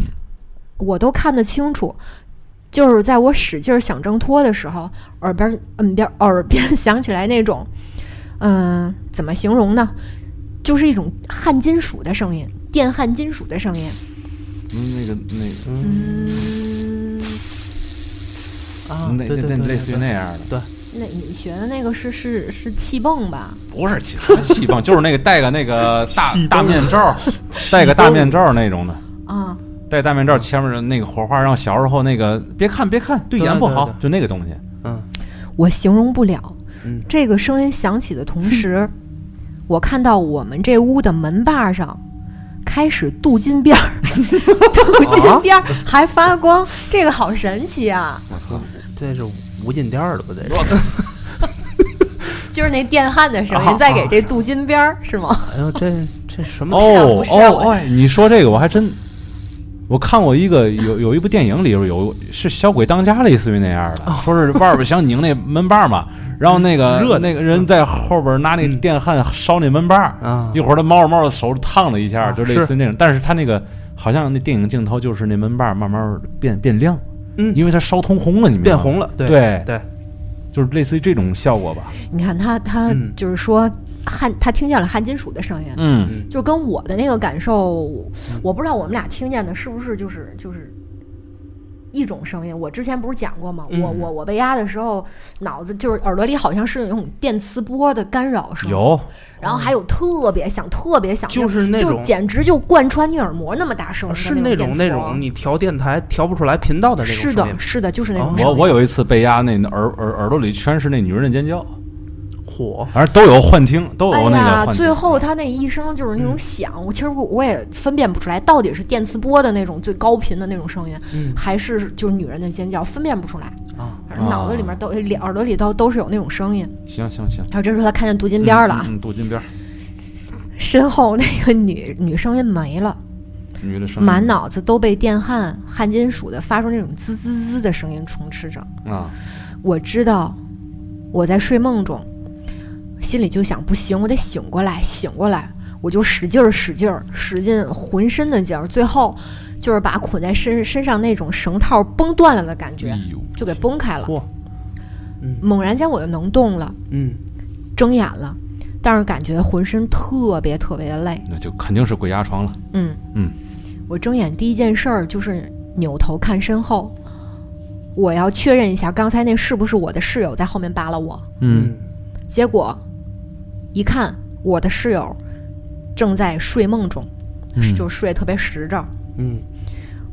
我都看得清楚。就是在我使劲儿想挣脱的时候，耳边嗯边耳边响起来那种，嗯、怎么形容呢？就是一种焊金属的声音，电焊金属的声音。嗯那个那啊，那对对那对那对类似于对那样的，那你学的那个是是是气泵吧？不是气气泵，就是那个戴个那个大气泵大面罩儿，戴个大面罩儿那种的。啊，戴大面罩前面的那个火花，让小时候那个别看别看，对眼不好，就那个东西。嗯我形容不了。嗯这个声音响起的同时，我看到我们这屋的门把上开始镀金边儿，镀金边儿还发光，这个好神奇啊！我操！这是无尽店儿了吧？这是就是那电焊的啊声音在给这镀金边儿是吗？哎呦，这这什么？哦不是啊哦，我哎，你说这个我还真，我看过一个有有一部电影里边有是小鬼当家，类似于那样的，说是外边想拧那门把嘛，然后那个热的那个人在后边拿那电焊烧那门把，啊一会儿他猫着猫着手烫了一下，啊就类似于那种，但是他那个好像那电影镜头就是那门把慢慢变变亮，嗯因为它烧通红了，你明白变吗红了，对对对，就是类似于这种效果吧。你看他他嗯就是说焊，他听见了焊金属的声音。嗯就跟我的那个感受，我嗯不知道我们俩听见的是不是就是就是一种声音。我之前不是讲过吗？嗯我我我被压的时候，脑子就是耳朵里好像是有那种电磁波的干扰声，，有，然后还有特别响、特别响，就是那就种啊简直就贯穿你耳膜那么大声的哦是那那种那电磁波种你调电台调不出来频道的那种是声音的，是的，就是那种哦声我音。我有一次被压，那耳耳耳朵里全是那女人的尖叫，火，反正都有幻听，都哎有那个呀，幻听。嗯最后他那一声就是那种响，我其实我我也分辨不出来到底是电磁波的那种最高频的那种声音，嗯还是就是女人的尖叫，分辨不出来。啊，反正脑子里面都、里耳朵里都都是有那种声音。行行行，然后这时候他看见镀金边儿了啊，嗯，镀嗯金边儿，身后那个女女声音没了，女的声音啊满脑子都被电焊焊金属的发出那种滋滋滋的声音充斥着。啊，我知道我在睡梦中，心里就想不行，我得醒过来，醒过来，我就使劲儿使劲儿使劲浑身的劲儿，最后就是把捆在身身上那种绳套崩断了的感觉哎呦，就给崩开了。嚯，嗯猛然间我就能动了。嗯，睁眼了，但是感觉浑身特别特别的累。那就肯定是鬼压床了。嗯嗯，我睁眼第一件事儿就是扭头看身后，我要确认一下刚才那是不是我的室友在后面扒拉我。嗯，结果一看，我的室友正在睡梦中，嗯就睡得特别实着。嗯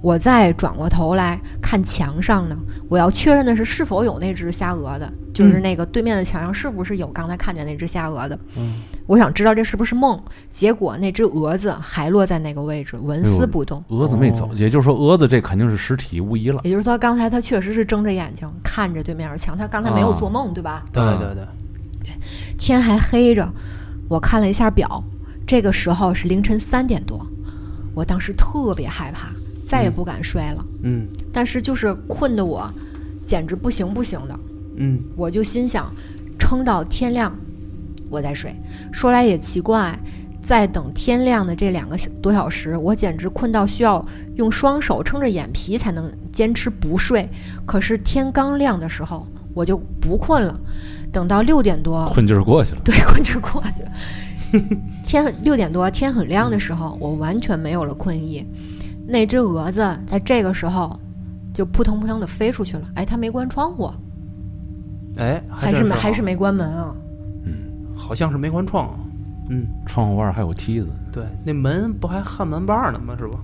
我再转过头来看墙上呢，我要确认的是是否有那只虾蛾子，就是那个对面的墙上是不是有刚才看见那只虾蛾子。嗯，我想知道这是不是梦。结果那只蛾子还落在那个位置，纹丝不动。蛾子没哦走，也就是说蛾子这肯定是实体无疑了。也就是说，刚才它确实是睁着眼睛看着对面的墙，它刚才没有做梦，对吧？对啊对对，天还黑着，我看了一下表，这个时候是凌晨三点多，我当时特别害怕，再也不敢睡了。嗯但是就是困得我简直不行不行的，嗯我就心想，撑到天亮，我再睡。说来也奇怪，在等天亮的这两个小多小时，我简直困到需要用双手撑着眼皮才能坚持不睡。可是天刚亮的时候，我就不困了。等到六点多，困劲儿过去了， 对，困就过去了。天很六点多，天很亮的时候，我完全没有了困意。那只蛾子在这个时候就扑腾扑腾的飞出去了。哎，它没关窗户，哎，还是真没好还是没关门啊？好像是没关窗，嗯，窗户外还有梯子。对，那门不还焊门把呢吗？是吧？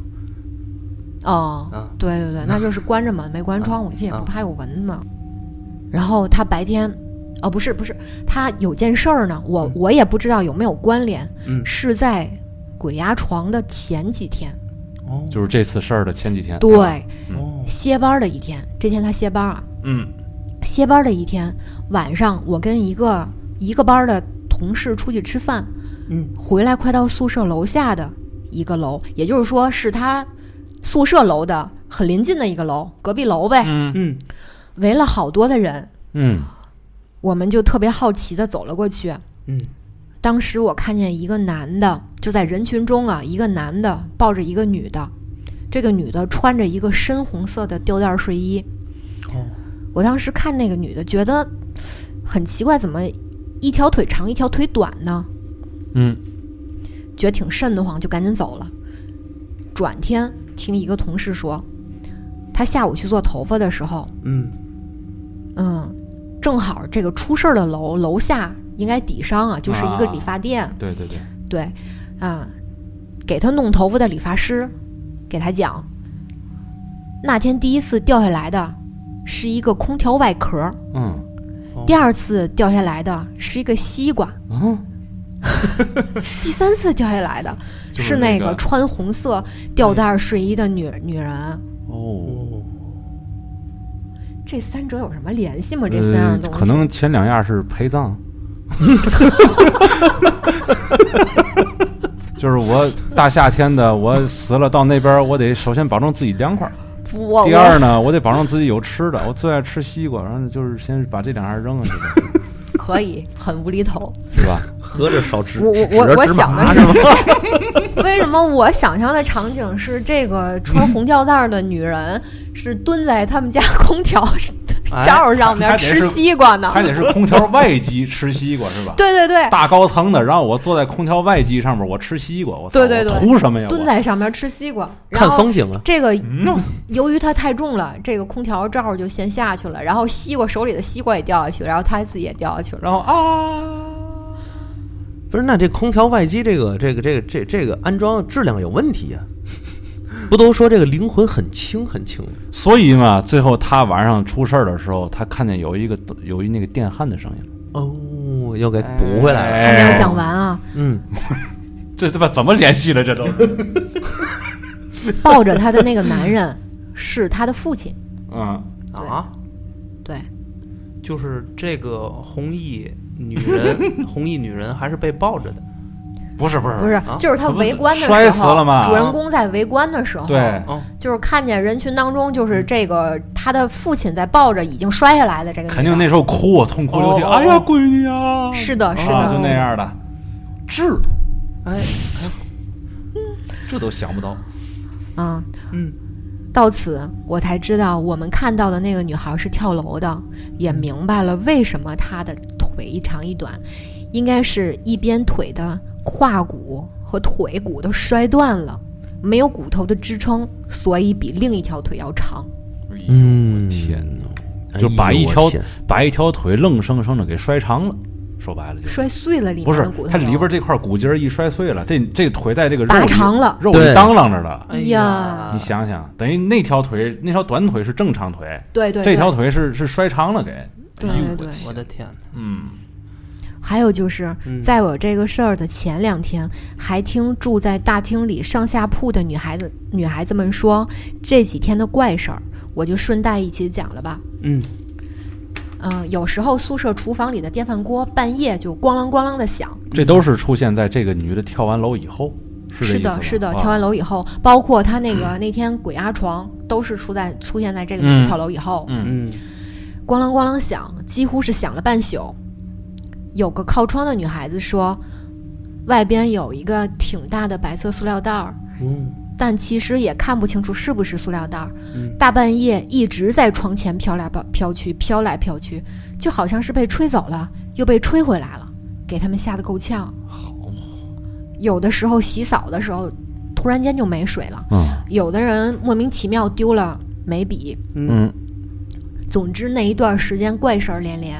哦，啊对对对，那就是关着门没关窗户，这也不啊怕有蚊子。然后他白天，哦，不是不是，他有件事儿呢，我我也不知道有没有关联，嗯是在鬼压床的前几天，哦就是这次事儿的前几天。对，哦歇班儿的一天，这天他歇班儿啊，嗯，歇班儿的一天晚上，我跟一个一个班儿的同事出去吃饭，嗯，回来快到宿舍楼下的一个楼，也就是说是他宿舍楼的很临近的一个楼，隔壁楼呗，嗯嗯围了好多的人，嗯我们就特别好奇的走了过去。嗯当时我看见一个男的就在人群中啊，一个男的抱着一个女的，这个女的穿着一个深红色的吊带睡衣。哦我当时看那个女的，觉得很奇怪，怎么一条腿长一条腿短呢？嗯，觉得挺瘆得慌，就赶紧走了。转天听一个同事说，他下午去做头发的时候，嗯嗯，正好这个出事儿的楼楼下应该底商啊，就是一个啊理发店，对对对，对，啊、给他弄头发的理发师啊给他讲，那天第一次掉下来的是一个空调外壳儿，嗯哦第二次掉下来的是一个西瓜，啊，第三次掉下来的就是那那个穿红色吊带睡衣的女女人。哦，哦这三者有什么联系吗？这三样呃，东西、可能前两样是陪 葬。就是我大夏天的，我死了到那边儿，我得首先保证自己凉快儿。不哦我第我二呢，我得保证自己有吃的。我最爱吃西瓜，然后就是先把这两样扔下去，可以很无厘头。是吧？合着少吃我我我我想的是吗？ 为什么我想象的场景是这个穿嗯红吊带儿的女人是蹲在他们家 空调哎罩上面哎还得是吃西瓜呢？还得是空调外机吃西瓜是吧？啊对对对，大高层的，然后我坐在空调外机上面，我吃西瓜，我操对对对我图什么呀？我蹲在上面吃西瓜，看然后风景了，这个嗯， 由于它太重了，这个空调罩就先下去了，然后西瓜手里的西瓜也掉下去，然后他自己也掉下去了。然后啊，不是？那这空调外机这个这个这个这这个安装质量有问题呀、啊 不都说这个灵魂很轻很轻吗？所以嘛，最后他晚上出事儿的时候，他看见有一个有一那个电焊的声音，哦，要给补回来了。还没有哎讲完 啊，嗯，这他妈怎么联系了？这 都是，抱着他的那个男人是他的父亲，嗯，啊，对，就是这个红衣女人，红衣女人还是被抱着的。不是不是不是啊，就是他围观的时候，摔死了吗主人公在围观的时候，对，哦，就是看见人群当中，就是这个他的父亲在抱着已经摔下来的这个女的，肯定那时候哭啊，痛哭流涕，哦哦哦哎呀，闺女啊，是的，是的，啊，就那样的，治哎，这都想不到，啊。嗯，到此我才知道，我们看到的那个女孩是跳楼的，也明白了为什么她的腿一长一短，应该是一边腿的胯骨和腿骨都摔断了，没有骨头的支撑，所以比另一条腿要长。嗯哎天哪，就把一条把一条腿愣生生的给摔长了，说白了就是。摔碎了里不面是的骨，头，它里边这块骨节儿一摔碎了，这这腿在这个肉拔里长了肉里对当啷着了。哎呀你，想想，等于那条腿，那条短腿是正常腿，对对对这条腿是是摔长了给。对哎呦对对我天我的天哪！嗯，还有就是，嗯在我这个事儿的前两天，还听住在大厅里上下铺的女孩子女孩子们说这几天的怪事儿，我就顺带一起讲了吧。嗯嗯、有时候宿舍厨房里的电饭锅半夜就咣啷咣啷的响，这都是出现在这个女的跳完楼以后，是这是意思的，吗是的，啊跳完楼以后，包括她那个那天鬼压床，都是出在出现在这个女嗯的跳楼以后，嗯，嗯咣啷咣啷响，几乎是响了半宿。有个靠窗的女孩子说，外边有一个挺大的白色塑料袋儿。嗯但其实也看不清楚是不是塑料袋儿。嗯大半夜一直在窗前飘来飘去，飘来飘去，就好像是被吹走了，又被吹回来了，给他们吓得够呛。有的时候洗澡的时候，突然间就没水了；嗯有的人莫名其妙丢了眉笔。嗯，总之那一段时间怪事儿连连。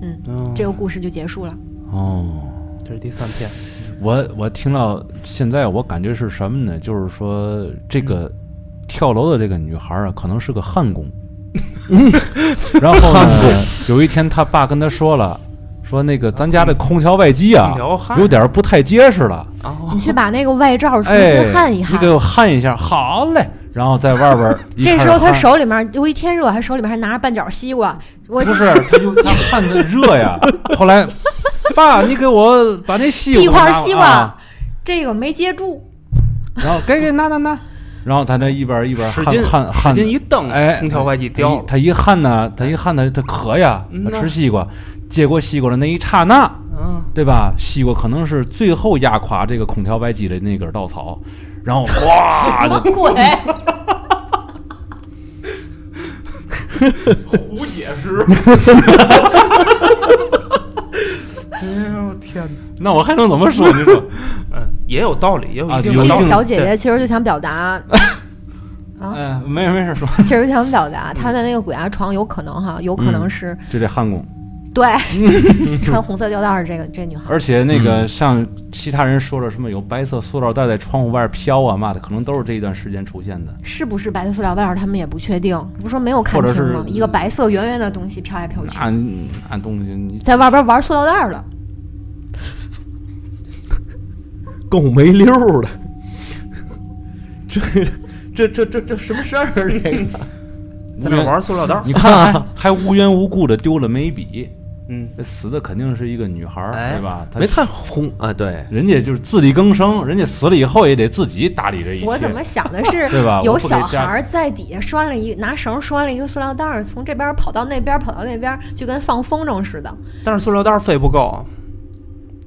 嗯，嗯，这个故事就结束了。哦，这是第三篇。我我听到现在我感觉是 什么呢？就是说这个跳楼的这个女孩啊，可能是个焊工，然后呢，有一天他爸跟他说了，说那个咱家这空调外机啊空调焊，有点不太结实了，啊你去把那个外罩重哦哎新焊一，你焊给。我焊一下，好嘞。然后在外 边儿一这时开始候他焊手里面由于天热，还手里面还拿着半角西瓜。我 不是，他就他汗的热呀。后来，爸，你给我把那西瓜一块拿西瓜，过来啊这个没接住，然后给给拿拿拿，然后他那一边一边使汗劲汗使汗，劲一蹬，哎，空调外机他掉一了。他一汗呢，他一汗呢，他渴呀嗯，他呐吃西瓜，接过西瓜的那一刹那，嗯，对吧？西瓜可能是最后压垮这个空调外机的那根稻草，然后哗 就鬼！胡解释，哎呦天哪！那 我还能怎么说？你 说嗯，也有道理，也有啊一定有的这道一个定理。小姐姐其实就想表 达，啊嗯，没事没事，说其实想表达她的那个鬼压床有可能哈，有可嗯能是就这焊工。对 穿红色吊带儿这个这女孩，而且那个像其他人说了什么有白色塑料袋在窗户外飘啊嘛的，可能都是这一段时间出现的。是不是白色塑料外套他们也不确定，不是说没有看或者清吗？是啊一个白色圆圆的东西飘来飘去，按按东西，你在外边玩塑料袋儿了。够没溜儿的。这这这这这什么事儿？这个无啊在那缘玩塑料袋儿，你看还还无缘无故的丢了眉笔，嗯，这死的肯定是一个女孩儿，哎对吧？她没看红啊？对，人家就是自力更生，人家死了以后也得自己打理这一切。我怎么想的是 对吧，有我不给小孩家儿在底下拴了一拿绳拴了一个塑料袋儿，从这边跑到那边，跑到那边，就跟放风筝似的，但是塑料袋儿费不够，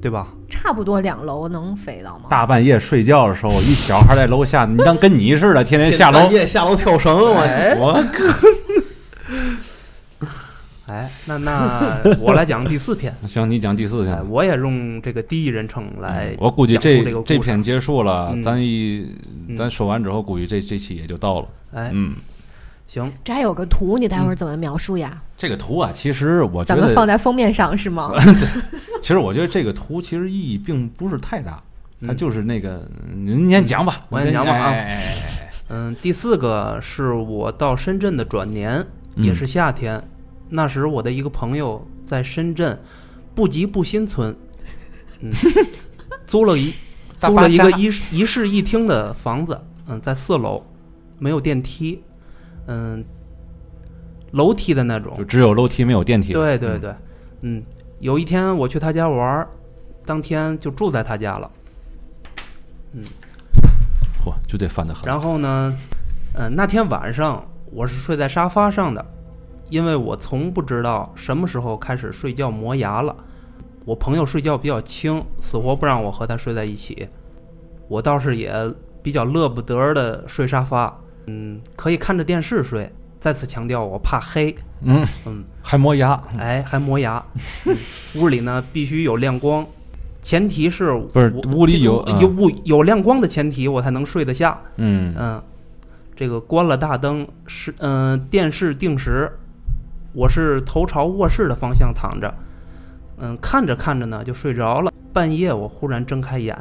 对吧？差不多两楼能飞到吗？大半夜睡觉的时候，一小孩在楼下，你当跟你似的，天天下楼半。夜下楼跳绳，我哎我哎，那那我来讲第 四篇。行，你讲第四哎天，。我也用这个第一人称来，嗯我估计哎这这个故事啊这篇结束了，嗯咱一嗯咱说完之后，估计这这期也就到了。哎，嗯，行，这还有个图，你待会儿怎么描述呀？这个图啊，其实嗯我觉咱们得放，在封面上是 吗？其实我觉得这个图其实意义并不是太大，它嗯就是那个，您先讲吧，我先讲吧啊哎哎哎哎嗯，第四个是我到深圳的转年，嗯也是夏天。那时我的一个朋友在深圳布吉布新村，嗯，租了一 大租巴了一个扎一室一室一厅的房子，嗯，在四楼，没有电梯，嗯，楼梯的那种就，只有楼梯没有电梯。对对嗯，对，嗯，有一天我去他家玩儿，当天就住在他家了。嚯，就得翻得很。然后呢，嗯、那天晚上我是睡在沙发上的，因为我从不知道什么时候开始睡觉磨牙了。我朋友睡觉比较轻，死活不让我和他睡在一起。我倒是也比较乐不得的睡沙发，嗯，可以看着电视睡。再次强调，我怕黑，嗯嗯，还磨牙，哎，还磨牙。嗯屋里呢必须有亮光，前提是不是我屋里有有屋有亮光的前提，我才能睡得下。嗯，嗯，这个关了大灯是嗯、电视定时，我是头朝卧室的方向躺着，嗯，看着看着呢就睡着了。半夜我忽然睁开眼，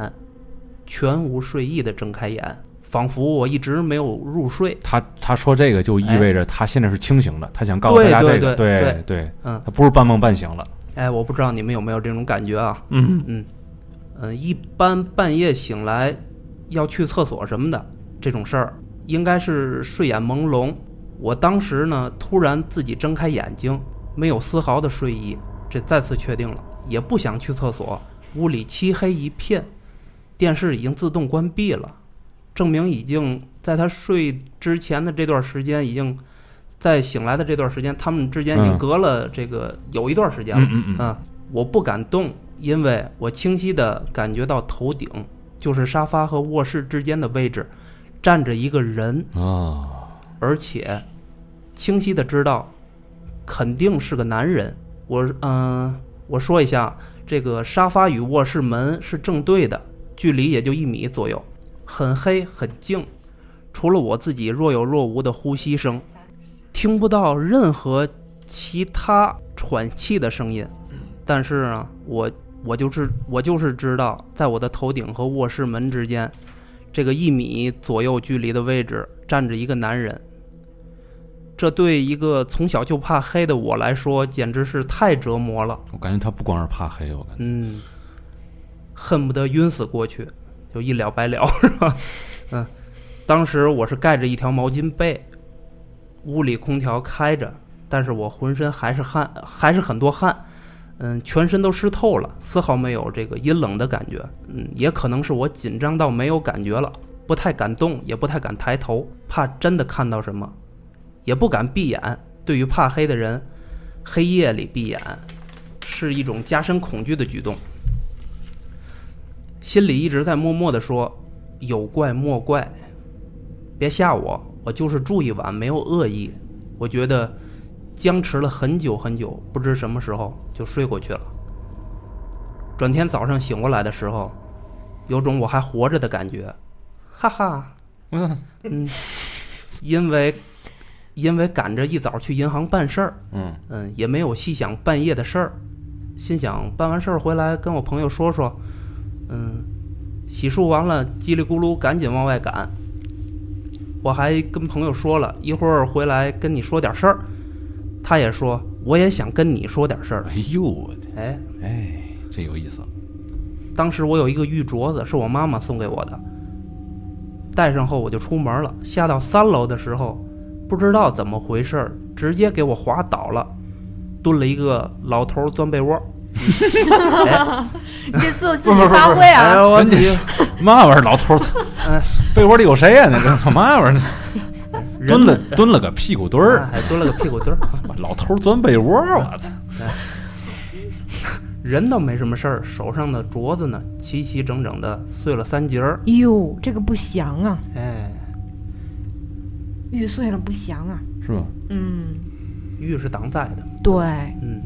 全无睡意的睁开眼，仿佛我一直没有入睡。他他说这个就意味着他现在是清醒的，他想告诉大对家这哎对个，对对对，嗯他不是半梦半醒了。哎，我不知道你们有没有这种感觉啊？嗯嗯嗯，一般半夜醒来要去厕所什么的这种事儿，应该是睡眼朦胧。我当时呢，突然自己睁开眼睛，没有丝毫的睡意，这再次确定了，也不想去厕所，屋里漆黑一片，电视已经自动关闭了，证明已经在他睡之前的这段时间，已经在醒来的这段时间，他们之间已经嗯隔了这个有一段时间了。嗯嗯嗯，嗯，我不敢动，因为我清晰的感觉到头顶，就是沙发和卧室之间的位置，站着一个人，哦，而且清晰的知道，肯定是个男人。我嗯、我说一下，这个沙发与卧室门是正对的，距离也就一米左右，很黑很静，除了我自己若有若无的呼吸声，听不到任何其他喘气的声音。但是呢，我我就是我就是知道，在我的头顶和卧室门之间，这个一米左右距离的位置站着一个男人。这对一个从小就怕黑的我来说，简直是太折磨了。我感觉他不光是怕黑，我感觉嗯，恨不得晕死过去，就一了百了， 是吧？嗯，当时我是盖着一条毛巾被，屋里空调开着，但是我浑身还是汗，还是很多汗，嗯，全身都湿透了，丝毫没有这个阴冷的感觉。嗯，也可能是我紧张到没有感觉了，不太敢动，也不太敢抬头，怕真的看到什么，也不敢闭眼。对于怕黑的人，黑夜里闭眼是一种加深恐惧的举动。心里一直在默默的说：“有怪莫怪，别吓我，我就是住一晚，没有恶意。”我觉得僵持了很久很久，不知什么时候就睡过去了。转天早上醒过来的时候，有种我还活着的感觉，哈哈，嗯嗯，因为因为赶着一早去银行办事儿，嗯嗯，也没有细想半夜的事儿，心想办完事儿回来跟我朋友说说，嗯，洗漱完了，叽里咕噜赶紧往外赶。我还跟朋友说了一会儿回来跟你说点事儿，他也说我也想跟你说点事儿。哎呦我的，哎，哎，这有意思了，当时我有一个玉镯子，是我妈妈送给我的，戴上后我就出门了。下到三楼的时候，不知道怎么回事儿，直接给我滑倒了，蹲了一个老头儿钻被窝。嗯哎这 次自己发挥哎啊！呦我真的去！嘛玩意儿，老 头儿，哎被窝里有谁呀？那个他妈玩意儿，蹲了蹲了个屁股墩儿，哎，蹲了个屁股墩儿，老头儿钻被窝儿，我操！人倒没什么事儿，手上的镯子呢，齐齐整整的碎了三截儿。哟，这个不祥啊，哎，玉碎了不祥啊。是吧？嗯，玉是挡灾的，对，嗯，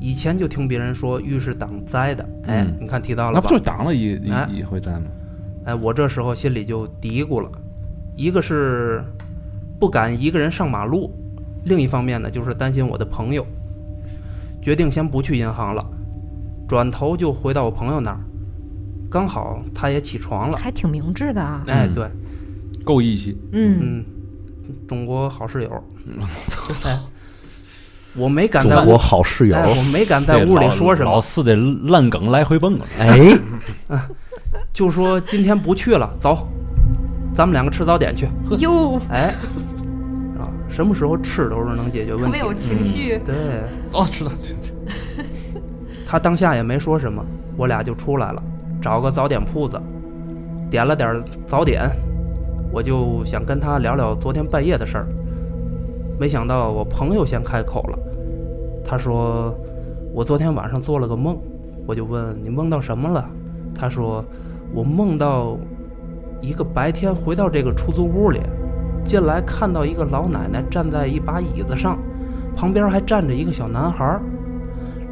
以前就听别人说玉是挡灾的，哎，嗯你看提到那了不吧就？挡了一哎一一回灾吗？哎，我这时候心里就嘀咕了，一个是不敢一个人上马路，另一方面呢，就是担心我的朋友，决定先不去银行了，转头就回到我朋友那儿，刚好他也起床了，还挺明智的啊。哎，嗯对。够义气，嗯，嗯，中国好室友。我操！我没敢在中国好室友哎，，我没敢在屋里说什这老老么，四这烂梗来回蹦啊，哎，就说今天不去了，走，咱们两个吃早点去。嗯哟，哎，啊，什么时候吃都是能解决特问题别。有嗯情绪，对走，哦知道，去去他当下也没说什么，我俩就出来了，找个早点铺子，点了点早点，我就想跟他聊聊昨天半夜的事儿。没想到我朋友先开口了，他说我昨天晚上做了个梦，我就问你梦到什么了？他说我梦到一个白天回到这个出租屋里，进来看到一个老奶奶站在一把椅子上，旁边还站着一个小男孩儿。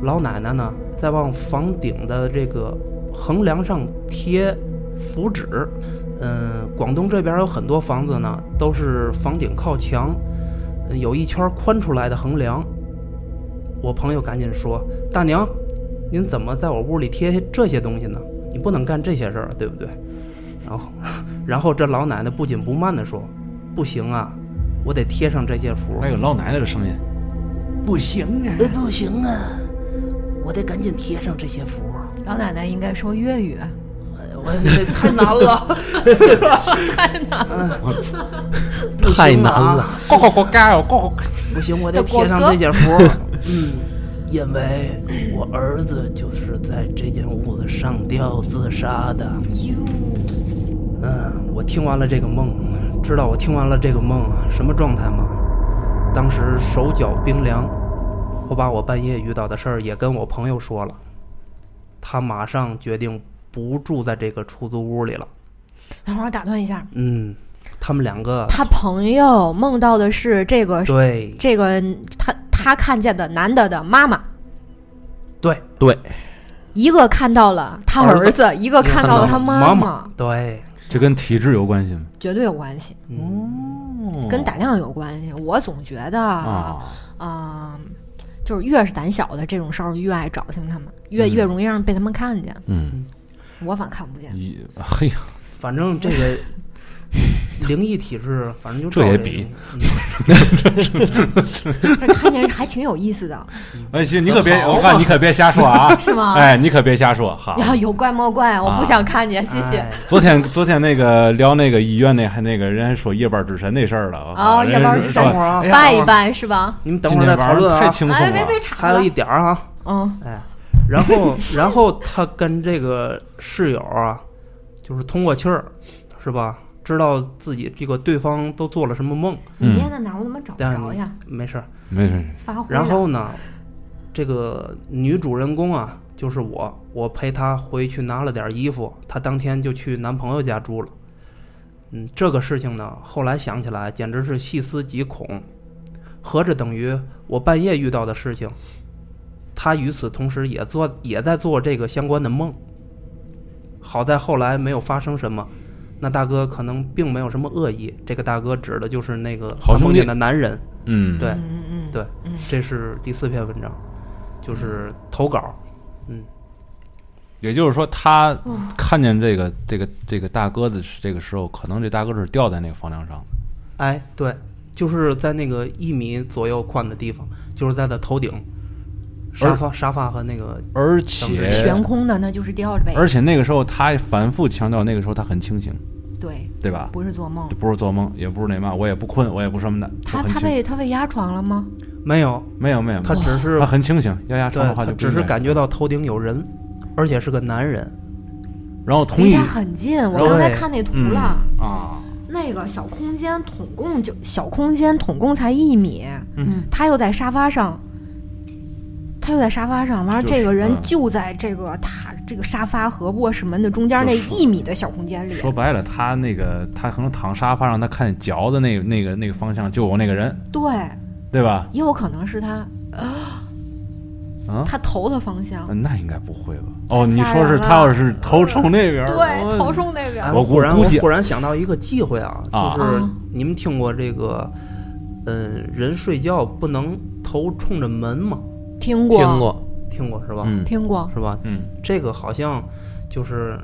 老奶奶呢，在往房顶的这个横梁上贴符纸。嗯，广东这边有很多房子呢，都是房顶靠墙，嗯有一圈宽出来的横梁。我朋友赶紧说：“大娘，您怎么在我屋里贴这些东西呢？你不能干这些事儿，对不对？”然后，然后这老奶奶不紧不慢地说：“不行啊，我得贴上这些符。”还有老奶奶的声音，不行啊，哎，不行啊，我得赶紧贴上这些符。老奶奶应该说粤语。啊哎我这太难了，我操，不行啊太难了，呱呱呱嘎哦，呱呱呱，不行，我得贴上这些符。嗯，因为我儿子就是在这间屋子上吊自杀的。哟，嗯，我听完了这个梦，知道我听完了这个梦什么状态吗？当时手脚冰凉，我把我半夜遇到的事儿也跟我朋友说了，他马上决定不住在这个出租屋里了。等会儿我打断一下，嗯，他们两个他朋友梦到的是这个对这个他他看见的男的的妈妈，对对，一个看到了他儿儿子，一个看到了他妈妈，妈妈对，嗯这跟体质有关系吗？绝对有关系，哦跟胆量有关系。我总觉得啊、啊，呃就是越是胆小的这种事儿，越爱找寻他们，越、嗯越容易让被他们看见。嗯， 我反看不见， 一嘿，反正这个灵异体质，反正就这也照比嗯但是看起来还挺有意思的，！哎，行，你可别，好嘛我告诉你可别瞎说啊是吗？哎，你可别瞎说。好，呀，有怪莫怪，我不啊想看见，谢谢。哎昨天昨天那个聊那个医院那还那个人还说夜班之神那事儿了啊，夜班之神说哎呀拜一拜是吧？你们等今会天儿再晚讨上论太啊。轻松哎，别了。别岔还有一点儿啊，嗯，哎，然后 然后他跟这个室友啊，就是通过气儿，是吧？知道自己这个对方都做了什么梦，你嗯念的哪儿我怎么找不但着呀？没事儿。没事，发挥了。嗯然后呢，这个女主人公啊，就是我，我陪她回去拿了点衣服，她当天就去男朋友家住了。嗯，这个事情呢，后来想起来简直是细思极恐，合着等于我半夜遇到的事情，她与此同时也做也在做这个相关的梦。好在后来没有发生什么，那大哥可能并没有什么恶意，这个大哥指的就是那个好他兄梦弟见的男人。嗯，对嗯嗯嗯，对，这是第四篇文章，就是投稿。也就是说他看见这个这个这个大哥的时这个时候，可能这大哥是吊在那个房梁上的。哎，对，就是在那个一米左右宽的地方，就是在他头顶，沙而发沙发和那个而且悬空的那就是吊着呗。而且那个时候他反复强调，那个时候他很清醒，对，对吧？不是做梦。不是做梦，也不是那嘛，我也不困，我也不什么的，他我很他清，被他被压床了吗？没有，没有没有，没他有只是哦他很清醒，要压对床的话他就不只是应该感觉，到头顶有人，而且是个男人。然后同离意他很近，我对刚才看那图了，啊，那个小空间统共就小空间统共才一米，嗯，他又在沙发上，他又在沙发上，完了就是这个人嗯就在这个塔这个沙发和卧室门的中间那就是一米的小空间里，说白了，他那个他可能躺沙发上，他看见嚼的那个那个那个方向就有那个人，对，对吧？也有可能是他啊，他头的方向，嗯那应该不会吧？哦，你吓说是人他了要是头冲那边儿，啊嗯哦嗯对，头我冲那边哎，我忽然估我计忽然想到一个忌讳啊，啊就是啊你们听过这个，嗯，人睡觉不能头冲着门吗？听听过过，听过是吧？嗯，听过是吧？嗯，这个好像就是，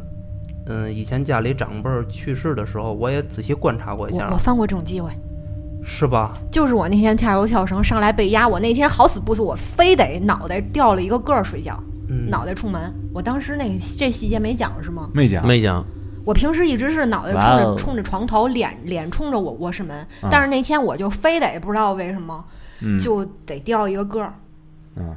嗯，以前家里长辈儿去世的时候，我也仔细观察过一我下我，犯过这种机会。是吧？就是我那天跳楼跳绳上来被压，我那天好死不死，我非得脑袋掉了一个个儿睡觉，嗯，脑袋出门。我当时那这细节没讲是吗？没讲，哎没讲我平时一直是脑袋冲哇着、哦冲着床头，脸脸冲着我卧室门，但是那天我就非得不知道为什么、嗯，就得掉一个个儿，嗯，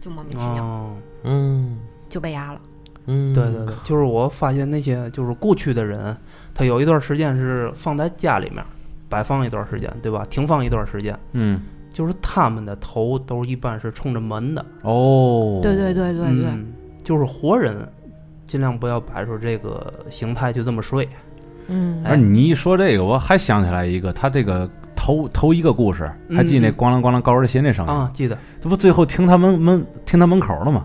就莫名其妙、哦，嗯就被压了。嗯，对对对，就是我发现那些就是故去的人，他有一段时间是放在家里面摆放一段时间，对吧？停放一段时间，嗯，就是他们的头都一般是冲着门的，哦，对对对对对，嗯，就是活人。尽量不要摆出这个形态，就这么睡。嗯哎而你一说这个，我还想起来一个，他这个头头一个故事，还记得那嗯咣啷咣啷高跟鞋那声嗯音，啊，记得这不最后停他门门停他门口了吗？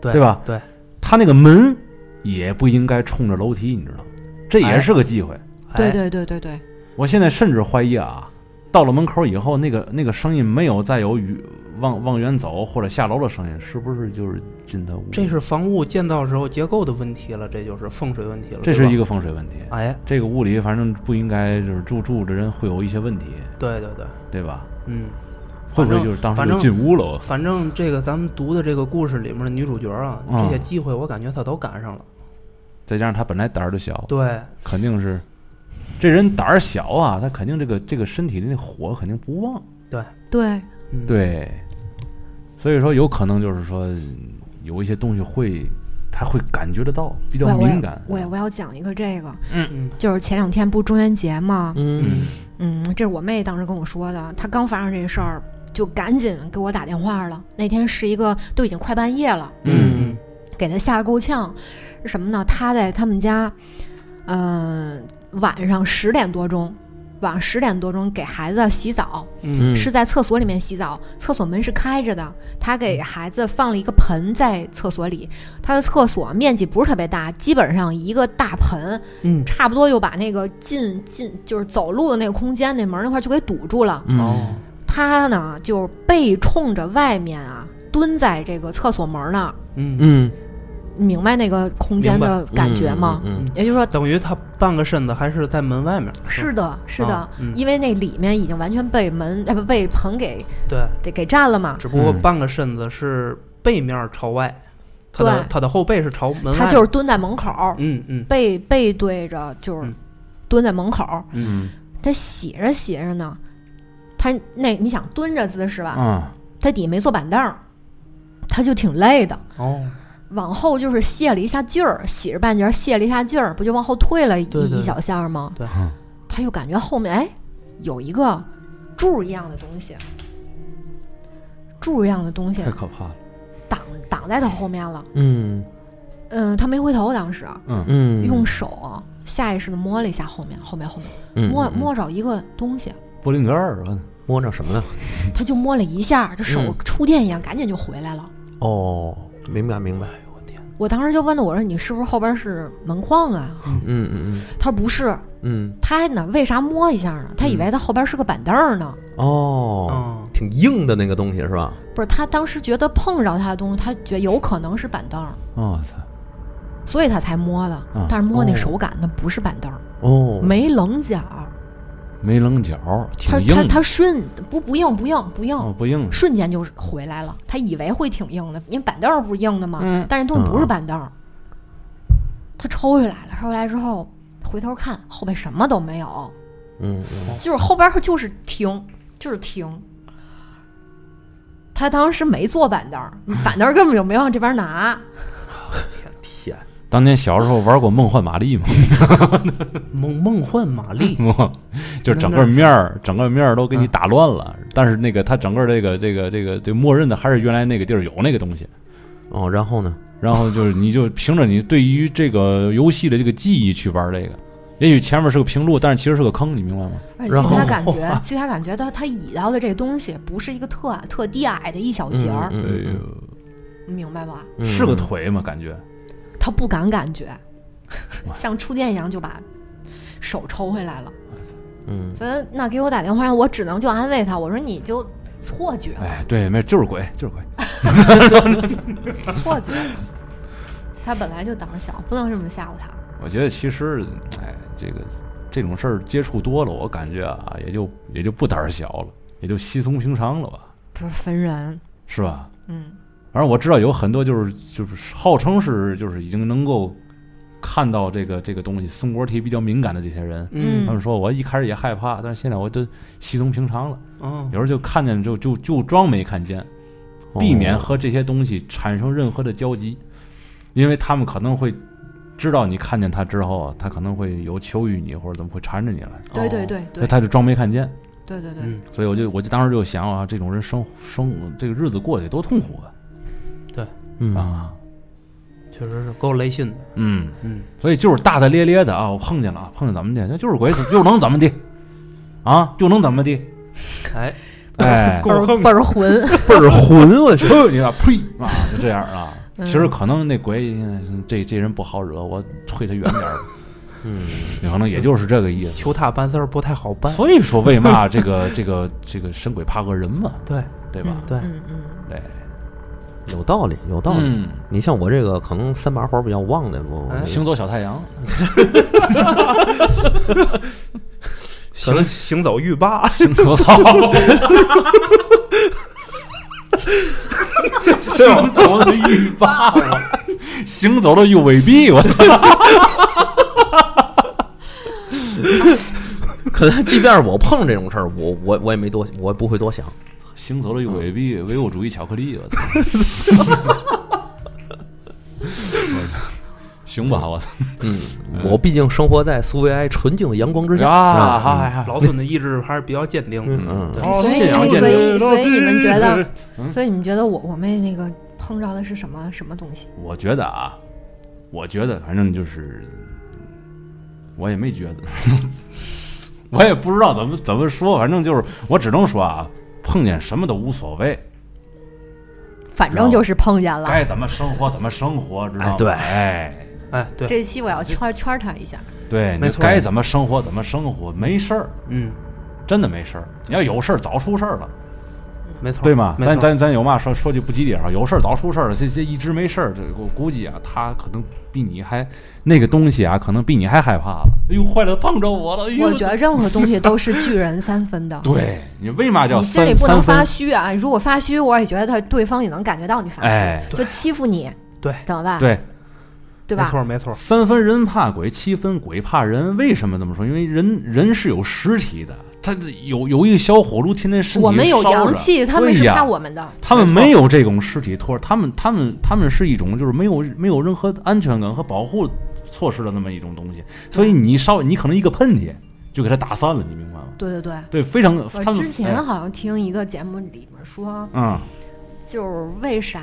对对吧对，他那个门也不应该冲着楼梯，你知道吗？这也是个忌讳。对哎对对对对，我现在甚至怀疑啊，到了门口以后，那个那个声音没有再有与往往远走或者下楼的声音，是不是就是进他屋？这是房屋建造时候结构的问题了，这就是风水问题了。这对是吧一个风水问题。哎，这个屋里反正不应该就是住住的人会有一些问题，对对对，对吧？嗯，会不会反正就是当时反就正进屋了？反正这个咱们读的这个故事里面的女主角啊，嗯这些机会我感觉她都赶上了。再加上他本来胆儿就小，对，肯定是这人胆儿小啊，他肯定这个这个身体的那火肯定不旺，对，嗯，对，所以说有可能就是说有一些东西会他会感觉得到，比较我敏感。啊我我要讲一个这个，嗯就是前两天不中元节嘛，嗯，嗯，这是我妹当时跟我说的，她刚发生这事儿，就赶紧给我打电话了。那天是一个都已经快半夜了，嗯嗯给她吓得够呛。是什么呢？她在他们家，嗯、晚上十点多钟，晚上十点多钟给孩子洗澡，嗯是在厕所里面洗澡，厕所门是开着的。她给孩子放了一个盆在厕所里，她的厕所面积不是特别大，基本上一个大盆嗯差不多又把那个进进就是走路的那个空间那门儿那块儿就给堵住了。嗯哦，他呢就背冲着外面啊，蹲在这个厕所门儿那儿，嗯嗯明白那个空间的感觉吗？嗯，嗯嗯也就是说，等于他半个身子还是在门外面。是的，是的，嗯因为那里面已经完全被门哎不被棚给对，给给占了嘛，只不过嗯半个身子是背面朝外，他的对他的后背是朝门外。他就是蹲在门口，嗯嗯背背对着，就是嗯蹲在门口。嗯，嗯他写着写着呢，他那你想蹲着姿势吧，嗯啊他底下没坐板凳儿，他就挺累的。哦，往后就是泄了一下劲儿，洗着半截儿泄了一下劲儿，不就往后退了一对对一小下儿吗？对嗯他就感觉后面哎有一个柱一样的东西，柱一样的东西太可怕了，挡挡在他后面了。嗯嗯，他没回头，当时嗯嗯，用手啊下意识的摸了一下后面，后面，后面。嗯摸嗯摸着一个东西，波林格尔吧，摸着什么了？他就摸了一下，这手嗯触电一样，赶紧就回来了。哦，明白明白，我当时就问他，我说你是不是后边是门框啊？嗯嗯他说不是，嗯他还呢，为啥摸一下呢？他以为他后边是个板凳儿呢。嗯，哦，哦，挺硬的那个东西是吧？不是，他当时觉得碰着他的东西，他觉得有可能是板凳儿，我操，所以他才摸的嗯。但是摸那哦手感，那不是板凳儿，哦，没棱角，没棱角，挺他硬他的，他顺不不硬不硬不硬，哦不硬，瞬间就回来了。他以为会挺硬的，因为板凳儿不是硬的嘛，嗯但是东西不是板凳儿。他抽回来了，抽回来之后回头看后边什么都没有，嗯就是后边就是停，就是停。他当时没坐板凳 儿，板凳儿根本就没往这边拿。嗯，天，当年小时候玩过《梦幻玛丽》嘛，梦梦幻玛丽，就是整个面儿，整个面儿都给你打乱了。但是那个它整个这个这个这个这默认的还是原来那个地儿有那个东西。哦，然后呢？然后就是你就凭着你对于这个游戏的这个记忆去玩这个。也许前面是个平路，但是其实是个坑，你明白吗？而且然后据他感觉，据他感觉他他倚到的这个东西不是一个特特低矮的一小截儿，哎嗯呦，你明白吧？嗯是个腿嘛，感觉他不敢感觉哇，像触电一样就把手抽回来了。嗯，所以那给我打电话，我只能就安慰他，我说你就错觉了，哎，对，没就是鬼，就是鬼。错觉了。他本来就胆儿小，不能这么吓唬他。我觉得其实，哎，这个这种事儿接触多了，我感觉啊，也就也就不胆儿小了，也就稀松平常了吧，不是分人，是吧？嗯，反正我知道有很多就是就是号称是就是已经能够看到这个这个东西松果体比较敏感的这些人，嗯他们说我一开始也害怕，但是现在我都稀松平常了，嗯有时候就看见就就就装没看见，哦避免和这些东西产生任何的交集，因为他们可能会知道你看见他之后，他可能会有求于你或者怎么会缠着你来，对对对所以对他就装没看见。对对对，嗯，所以我就我就当时就想啊，这种人生生这个日子过得得多痛苦啊！嗯啊，确实是够累心的。嗯。嗯，所以就是大大咧咧的啊，我碰见了啊，碰见怎么的？那就是鬼，又能怎么的？啊，又能怎么的？哎，哎，倍儿横倍儿混，倍儿混， 我去，你俩呸啊，就这样啊。其实可能那鬼嗯这这人不好惹，我退他远点 儿，嗯可能也就是这个意思。求他办事儿不太好办。所以说，为嘛这个这个这个神鬼怕恶人嘛，对，对吧？对嗯嗯，对，有道理，有道理。嗯，你像我这个可能三把火比较旺的，我哎行走小太 阳，行行走欲罢，行走 草，行走的欲罢， 行走的又未必，我 可能即便是我碰这种事儿，我我我也没多，我也不会多想。行走的又未必，唯物主义巧克力，我操！ 行吧，我操！嗯，我毕竟生活在苏维埃纯净的阳光之下。嗯啊，是吧好，还好，老孙的意志还是比较坚定的。嗯对哎所信以仰哎啊见所证以所以你们觉得，嗯所以你们觉得我我们那个碰着的是什么什么东西？我觉得啊，我觉得反正就是，我也没觉得， 我也不知道怎么怎么说，反正就是我只能说啊，碰见什么都无所谓，反正就是碰见了。该怎么生活怎么生活，知道吗哎？对哎，哎，对，这期我要圈圈他一下，对，没你错该怎么生活怎么生活，没事儿。嗯，真的没事儿。你要有事儿，早出事儿了。没错，对吗？没咱错咱咱有嘛说说句不吉利啊，有事儿早出事儿了，这这一直没事儿，这我估计啊，他可能比你还那个东西啊，可能比你还害怕了。哎呦，坏了，碰着我了！哎呦，。我觉得任何东西都是拒人三分的 对你为嘛叫你心里哎三不能三发分？虚啊！如果发虚，我也觉得他对方也能感觉到你发虚，哎，就欺负你，对懂吧？对，对没吧？错没错，三分人怕鬼，七分鬼怕人。为什么这么说？因为人人是有实体的，他有有一个小火炉，天天身体我们有烧阳着气，他们对是呀怕我们的。他们没有这种尸体托，他们他们他们是一种就是没有没有任何安全感和保护措施的那么一种东西，所嗯以你稍你可能一个喷嚏就给他打散了，你明白吗？对对对，对，非常他我们之前哎好像听一个节目里面说，嗯就是为啥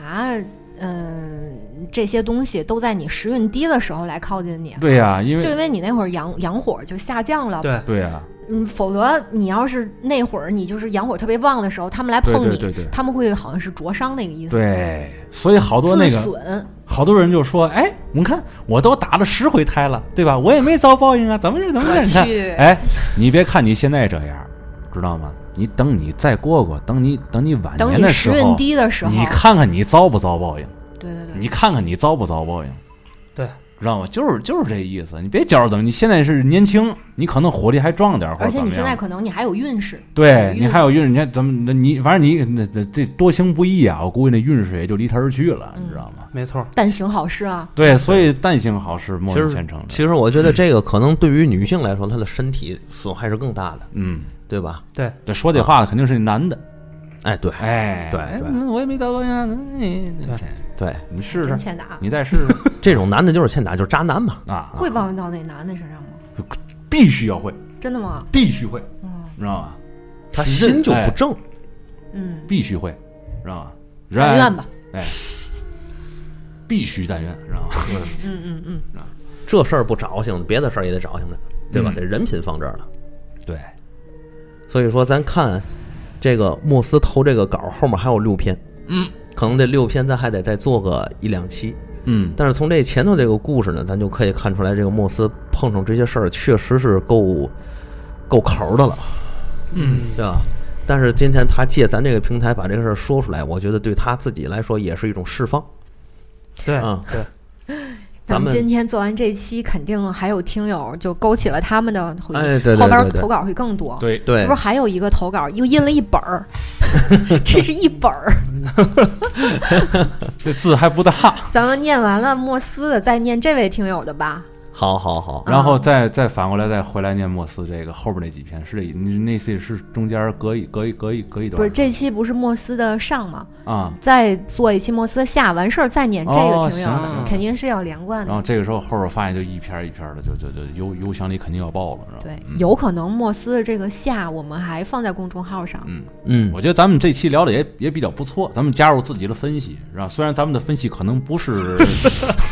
嗯这些东西都在你时运低的时候来靠近你，对呀、因就为因为你那会儿阳阳火就下降了。对对呀、嗯，否则你要是那会儿你就是阳火特别旺的时候，他们来对碰对你，对对他们会好像是灼伤那个意思。对，所以好多那自个损，好多人就说，哎，你看我都打了十回胎了，对吧？我也没遭报应啊，怎么是怎么我是？你看去，哎，你别看你现在这样，知道吗？你等你再过过，等你等你晚等年你的时时候，运低的时候，你看看你遭不遭报应，对对对，你看看你遭不遭报应，对，知道吗？就是就是这意思，你别觉着等你现在是年轻，你可能火力还壮点儿，或而者且怎你么现在样。可能你还有运势，对有你运还有运，你看咱们那你反正你那这这多行不义啊，我估计那运势也就离他而去了，你知道嗯吗？没错，但行好事啊，对，所以但行好事，莫问前程的。其实我觉得这个可能对于女性来说，她的身体损害是更大的，嗯，对吧？对，这说这话的肯定是男的，哎，对哎，对哎对那我也没遭过呀，你对，你 试真试，欠打。你再试 试这种男的就是欠打，就是渣男嘛。啊，啊会报应到那男的身上吗？必须要会，真的吗？必须会，嗯你知道吗？他心就不正，嗯，必须会，知道吗？但愿吧。必须但愿，知 道吗？嗯嗯嗯，这事儿不找性，别的事儿也得找性的，对吧？嗯得人品放这儿了。对，所以说，咱看这个莫斯投这个稿后面还有六篇，嗯，可能这六篇咱还得再做个一两期。嗯，但是从这前头这个故事呢，咱就可以看出来，这个莫斯碰上这些事儿确实是够够抠的了，嗯，对吧？但是今天他借咱这个平台把这个事儿说出来，我觉得对他自己来说也是一种释放对啊。对，咱们今天做完这期，肯定还有听友就勾起了他们的回忆，哎对对后边对对投稿会更多。对，是对不是，还有一个投稿又印了一本儿？ 这是一本儿，这字还 不大，咱们念完了莫斯的，再念这位听友的吧。好好好，然后再再反过来再回来念莫斯这个后边那几篇是这你那次是中间隔一隔一隔一隔一不段是这期不是莫斯的上吗？啊，再做一期莫斯的下，完事儿再念这哦个听友行的，行肯定是要连贯然哦后的。这个时候后边发现就一篇一篇的就就就邮邮箱里肯定要爆了，知嗯道吗？对，嗯有可能莫斯的这个下，我们还放在公众号上。嗯，我觉得咱们这期聊的也也比较不错，咱们加入自己的分析，是吧？虽然咱们的分析可能不是，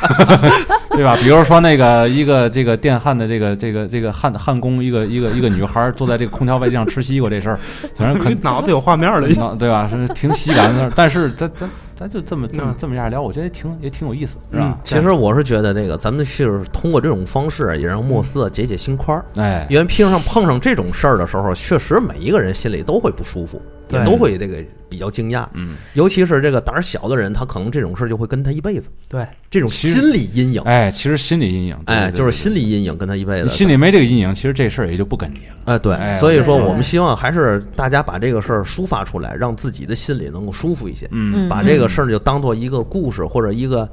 对吧？比如说那个一个这个电焊的这个这个这个焊焊工，一个一个一个女孩坐在这个空调外机上吃西瓜这事儿，虽 然 肯脑子有画面了，脑对吧是挺喜感的，但是咱咱咱就这么这么嗯这么样聊，我觉得也挺也挺有意思，是吧？其实我是觉得这个咱们是通过这种方式也让莫斯啊解解心宽儿。哎，因为平上碰上这种事儿的时候，确实每一个人心里都会不舒服，也对都会这个比较惊讶。嗯，尤其是这个胆儿小的人，他可能这种事儿就会跟他一辈子，对这种其实心理阴影，哎，其实心理阴影，对哎，就是。对对对心理阴影跟他一辈你子。心里没这个阴影，其实这事儿也就不跟你了。哎，对哎，所以对说对我们对希望还是大家把这个事儿抒发出来，让自己的心里能够舒服一些，嗯，把这个事儿就当做一个故事或者一个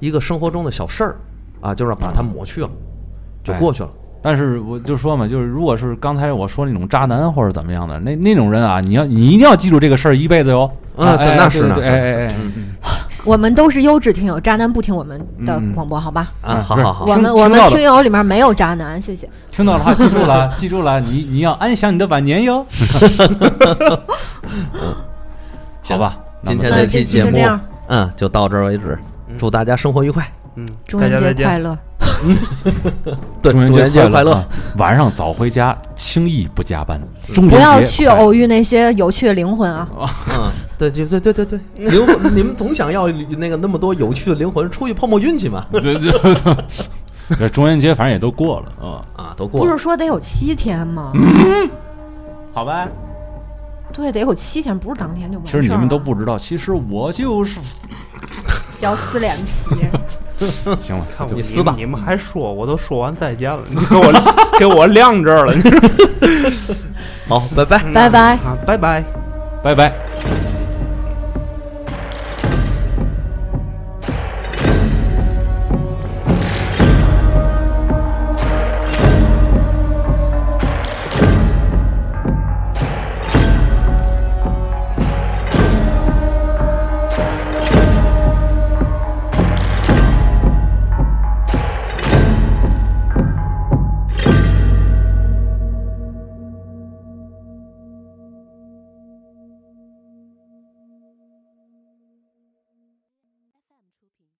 一个生活中的小事儿啊，就是把它抹去了，就哎过去了。但是我就说嘛，就是如果是刚才我说那种渣男或者怎么样的那那种人啊，你要你一定要记住这个事儿一辈子哟。嗯啊对哎那哎是对那对是嗯哎哎哎，我们都是优质听友，渣男不听我们的嗯广播，好吧？啊，嗯好不是好好，我们听我听们到了听友里面没有渣男，谢谢。听到了哈，记住了， 记住了，你你要安享你的晚年 哟。好吧，那今么天那这这期期节就目这样，嗯，就到这儿为止，祝大家生活愉快。嗯，中大元家再节见快。乐，对，中中元元节快快乐！啊晚上早回家，轻易不加班。中不元要节去快乐偶遇那些有趣的灵魂啊！嗯，对，对对对对 对，灵魂，你们总想要那个那么多有趣的灵魂，出去碰碰运气嘛。 对对 对，这中元节反正也都过了啊，啊，都过不了嗯是。说得有七天吗？好吧。对，得有七天，不是当天就完其事儿实了。你们都不知道，其实我就是 小撕脸皮，行了，看我就你撕吧你们还说，我都说完再见了，你就给我给我晾这儿了，你好，拜拜。拜拜。啊，拜拜。拜拜。